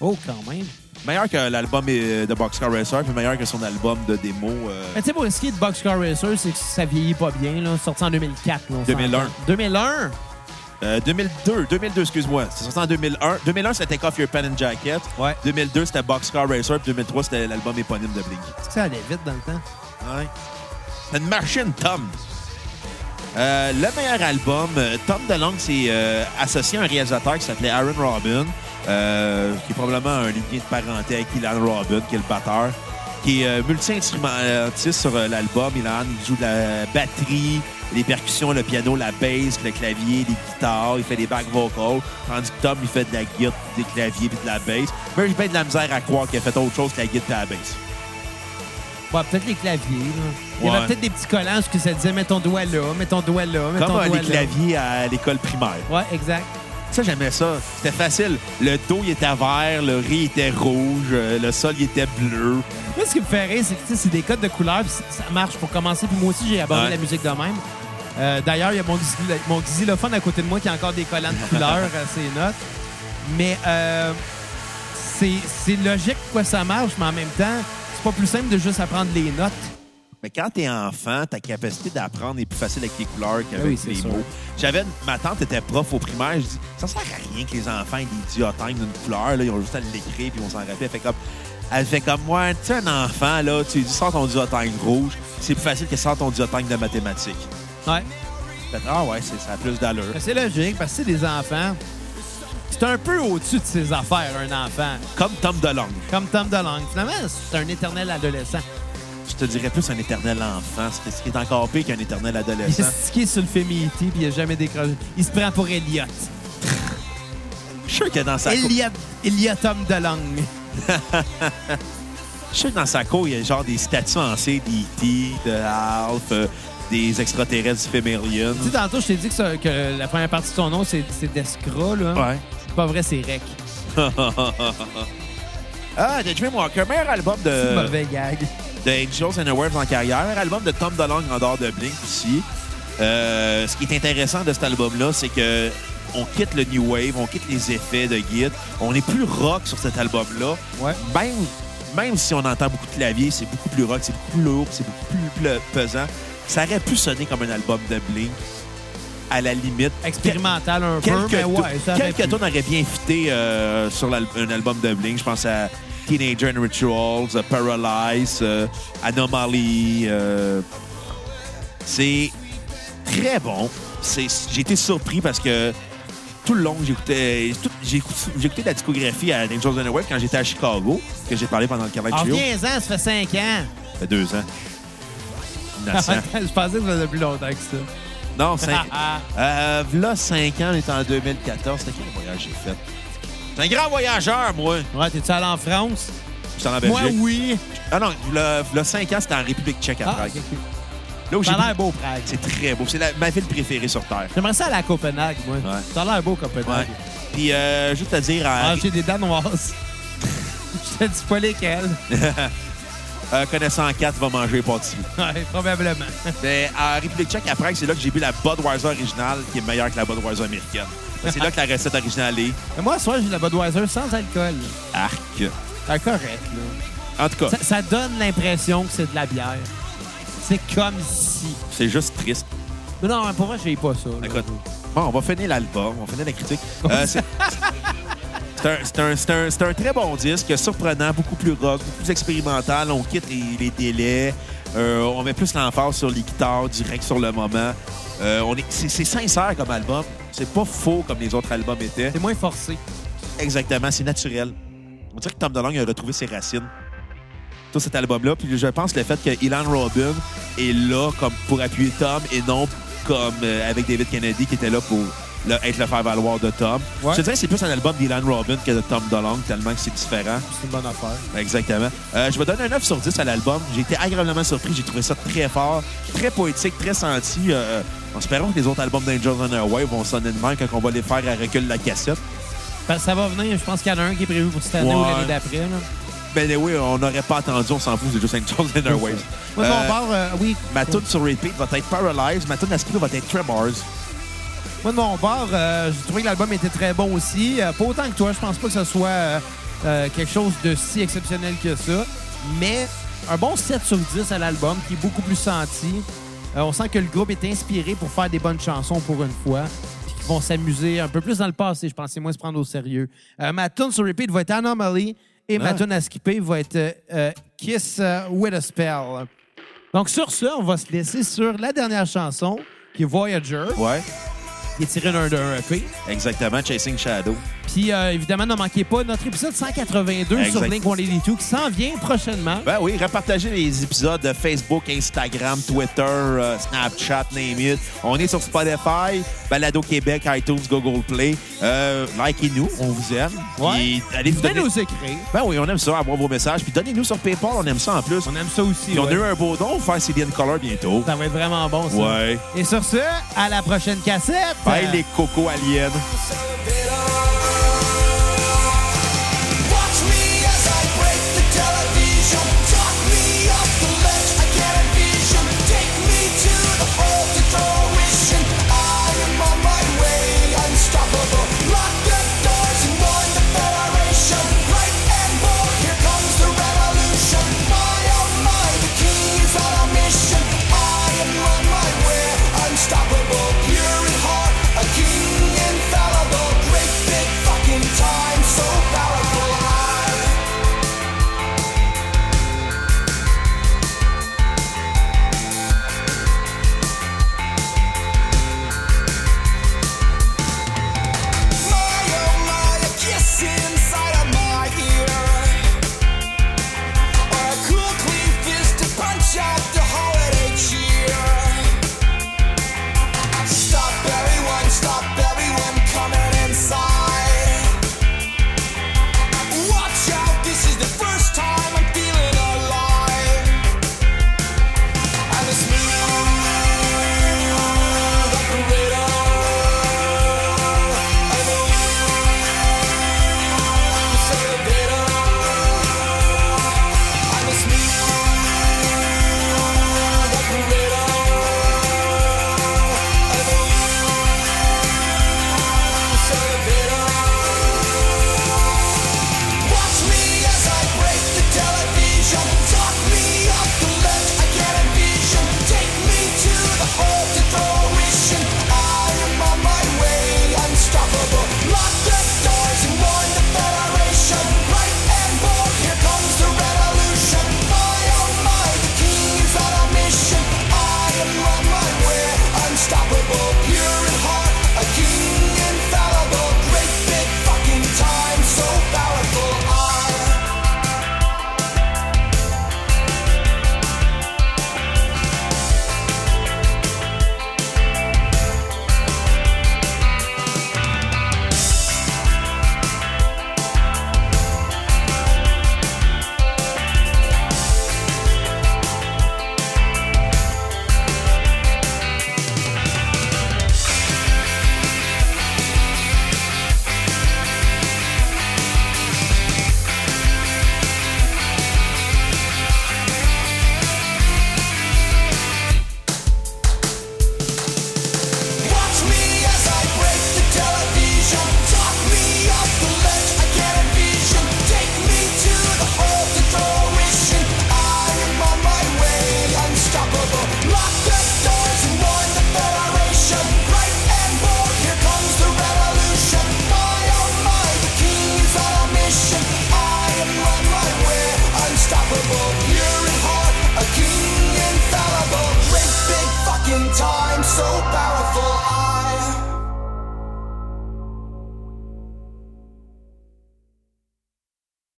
Oh, quand même. Meilleur que l'album euh, de Boxcar Racer, puis meilleur que son album de démo. euh, Mais tu sais, pour ce qui est de Boxcar Racer, c'est que ça vieillit pas bien, là. Sorti en 2004, là, on 2001. s'entend. 2001? euh, 2002, 2002, excuse-moi. C'est sorti en 2001. 2001, c'était Take Off Your Pen and Jacket. Ouais. 2002, c'était Boxcar Racer. Puis 2003, c'était l'album éponyme de Blink. Est-ce que ça allait vite dans le temps? Ouais. C'est une machine, Tom. Euh, le meilleur album, euh, Tom DeLonge s'est euh, associé à un réalisateur qui s'appelait Aaron Robin, euh, qui est probablement un lien de parenté avec Ilan Robin, qui est le batteur, qui est euh, multi-instrumentiste sur euh, l'album. Ilan, il joue de la batterie, les percussions, le piano, la bass, le clavier, les guitares, il fait des back vocals, tandis que Tom, il fait de la guitare, des claviers et de la bass. Mais j'ai bien de la misère à croire qu'il a fait autre chose que la guitare et la bass. Ouais, peut-être les claviers, là. Il y Ouais. avait peut-être des petits collants parce que ça disait mets ton doigt là, mets ton doigt là, mets ton Comme euh, doigt les là. claviers à l'école primaire. Ouais, exact. Ça, j'aimais ça. C'était facile. Le dos, il était vert, le riz était rouge, euh, le sol, il était bleu. Moi, ce qui me fait rire, c'est que tu sais, c'est des codes de couleurs, puis c- ça marche pour commencer. Puis moi aussi, j'ai abordé Ouais. la musique de même. Euh, D'ailleurs, il y a mon, xy- mon xylophone à côté de moi qui a encore des collants de couleurs à ses notes. Mais euh, c'est c'est logique pourquoi ça marche, mais en même temps, c'est pas plus simple de juste apprendre les notes. Mais quand t'es enfant, ta capacité d'apprendre est plus facile avec les couleurs qu'avec Ah oui, c'est les sûr. mots. J'avais une- ma tante était prof au primaire, je dis ça sert à rien que les enfants aient des diotènes d'une couleur, là, ils ont juste à l'écrire puis on s'en rappelle. Elle fait comme elle fait comme moi, tu sais un enfant là, tu lui dis sors ton diotène rouge, c'est plus facile que sors ton diotène de mathématiques. Ouais. Fait, ah ouais, c'est ça a plus d'allure. Ben, C'est logique parce que c'est des enfants. C'est un peu au-dessus de ses affaires, un enfant. Comme Tom DeLonge, Comme Tom DeLonge. Finalement, c'est un éternel adolescent. je te dirais plus un éternel enfant, ce qui- ce qui est encore pire qu'un éternel Il est adolescent. stické sur le féminité puis il a jamais décroché. Il se prend pour Elliot. Je suis sûr que dans sa cour- Elliot, Elliot Tom DeLonge. Je sais que dans sa cour, il y a genre des statues en C d'E.T., de Alf, euh, des extraterrestres du Fémérion. Tu sais, tantôt, je t'ai dit que, ça- que la première partie de son nom, c'est c'est Descra, là. Ouais. C'est pas vrai, c'est Rec. ah, The Dream Walker, meilleur album C'est de, mauvais gag. de Angels and the Waves en carrière, meilleur album de Tom DeLonge en dehors de Blink aussi. Euh, ce qui est intéressant de cet album-là, c'est que on quitte le New Wave, on quitte les effets de Git, on est plus rock sur cet album-là. Ouais. même, même si on entend beaucoup de clavier, c'est beaucoup plus rock, c'est beaucoup plus lourd, c'est beaucoup plus ple- pesant. Ça aurait pu sonner comme un album de Blink, à la limite. Expérimental un peu, Quel- mais Quelques ouais, ça tou- aurait quelques pu. tunes auraient bien fité euh, sur l'al- un album de Blink. Je pense à Teenager and Rituals, euh, Paralyze, euh, Anomaly. euh, c'est très bon. C'est- J'ai été surpris parce que tout le long, j'écoutais tout- j'ai écouté- j'ai écouté la discographie à Angels and the Wave quand j'étais à Chicago, que j'ai parlé pendant le En Carnaval Trio. 15 Ah, ans, ça fait 5 ans. Ça fait deux ans. Innocent. je pensais que ça faisait plus longtemps que ça. non, cinq, euh, là, 5 ans, on était en 2014. C'était quel voyage j'ai fait? C'est un grand voyageur, moi. Ouais, t'es-tu allé en France? J'étais en Moi, Belgique. oui. Ah non, le, 5 ans, c'était en République tchèque à Ah, Prague. ok, ok. Là où j'ai T'as l'air vu- beau, Prague. C'est très beau. C'est la- ma ville préférée sur Terre. J'aimerais ça aller à Copenhague, moi. Ouais. T'as l'air beau, Ouais. Copenhague. Puis, euh, juste à dire, à- Ah, j'ai des danoises. Je te dis pas lesquelles. euh, connaissant 4, va manger pâtisserie. Ouais, probablement. Mais à République tchèque, à Prague, c'est là que j'ai bu la Budweiser originale, qui est meilleure que la Budweiser américaine. Ben, C'est là que la recette originale est. Mais moi, ce soir, j'ai de la Budweiser sans alcool. là. Arc. C'est correct, là. En tout cas, Ça, ça donne l'impression que c'est de la bière. C'est comme si. c'est juste triste. Mais non, pour moi, j'ai pas ça. là. Écoute, bon, on va finir l'album, on va finir la critique. Euh, c'est- c'est un- c'est un, c'est un- c'est un très bon disque, surprenant, beaucoup plus rock, beaucoup plus expérimental. On quitte les, les délais, euh, on met plus l'emphase sur les guitares, direct sur le moment. Euh, on est- c'est c'est sincère comme album, c'est pas faux comme les autres albums étaient. C'est moins forcé. Exactement, c'est naturel. On dirait que Tom DeLonge a retrouvé ses racines. Tout cet album-là. Puis je pense le fait que Ilan Robin est là comme pour appuyer Tom et non comme euh, avec David Kennedy qui était là pour le- être le faire-valoir de Tom. Ouais. Je te dirais que c'est plus un album d'Ilan Robin que de Tom DeLonge tellement que c'est différent. C'est une bonne affaire. Exactement. Euh, je vais donner un 9 sur 10 à l'album. J'ai été agréablement surpris. J'ai trouvé ça très fort, très poétique, très senti. Euh, en espérant que les autres albums d'Angels on a Wave vont sonner de même quand on va les faire à recul de la cassette. Parce que Ben, ça va venir, je pense qu'il y en a un qui est prévu pour cette année ou Ouais. l'année d'après. là. Ben oui, on n'aurait pas attendu, on s'en fout, c'est juste Angels and Airwaves. Waves. Moi, Euh, mon bord, euh, oui. ma tune sur repeat va être Paralyzed, ma tune à skipper va être Tremors. Moi, de mon bord, euh, j'ai trouvé que l'album était très bon aussi. Euh, pas autant que toi, je pense pas que ce soit euh, euh, quelque chose de si exceptionnel que ça. Mais un bon 7 sur 10 à l'album, qui est beaucoup plus senti. Euh, on sent que le groupe est inspiré pour faire des bonnes chansons pour une fois. Puis qu'ils vont s'amuser un peu plus dans le passé, je pense. C'est moins se prendre au sérieux. Euh, ma tune sur repeat va être Anomaly. Et ma Ah. tune à skipper va être euh, euh, Kiss euh, with a Spell. Donc sur ce, on va se laisser sur la dernière chanson, qui est Voyager Ouais, qui est tiré d'un d'un EP. exactement, Chasing Shadow. Puis euh, évidemment, ne manquez pas notre épisode 182 sur Exact. Blink 182 qui s'en vient prochainement. Ben oui, repartagez les épisodes de Facebook, Instagram, Twitter, euh, Snapchat, name it. On est sur Spotify, Balado Québec, iTunes, Google Play. Euh, Likez-nous, on vous aime. Ouais. Puis allez vous Venez donner... nous écrire. Ben oui, on aime ça, avoir vos messages. Puis donnez-nous sur PayPal, on aime ça en plus. On aime ça aussi. Puis on a ouais. eu un beau don, faire Céline Color bientôt. Ça va être vraiment bon, ça. Ouais. Et sur ce, à la prochaine cassette. Bye les cocos aliens. So big.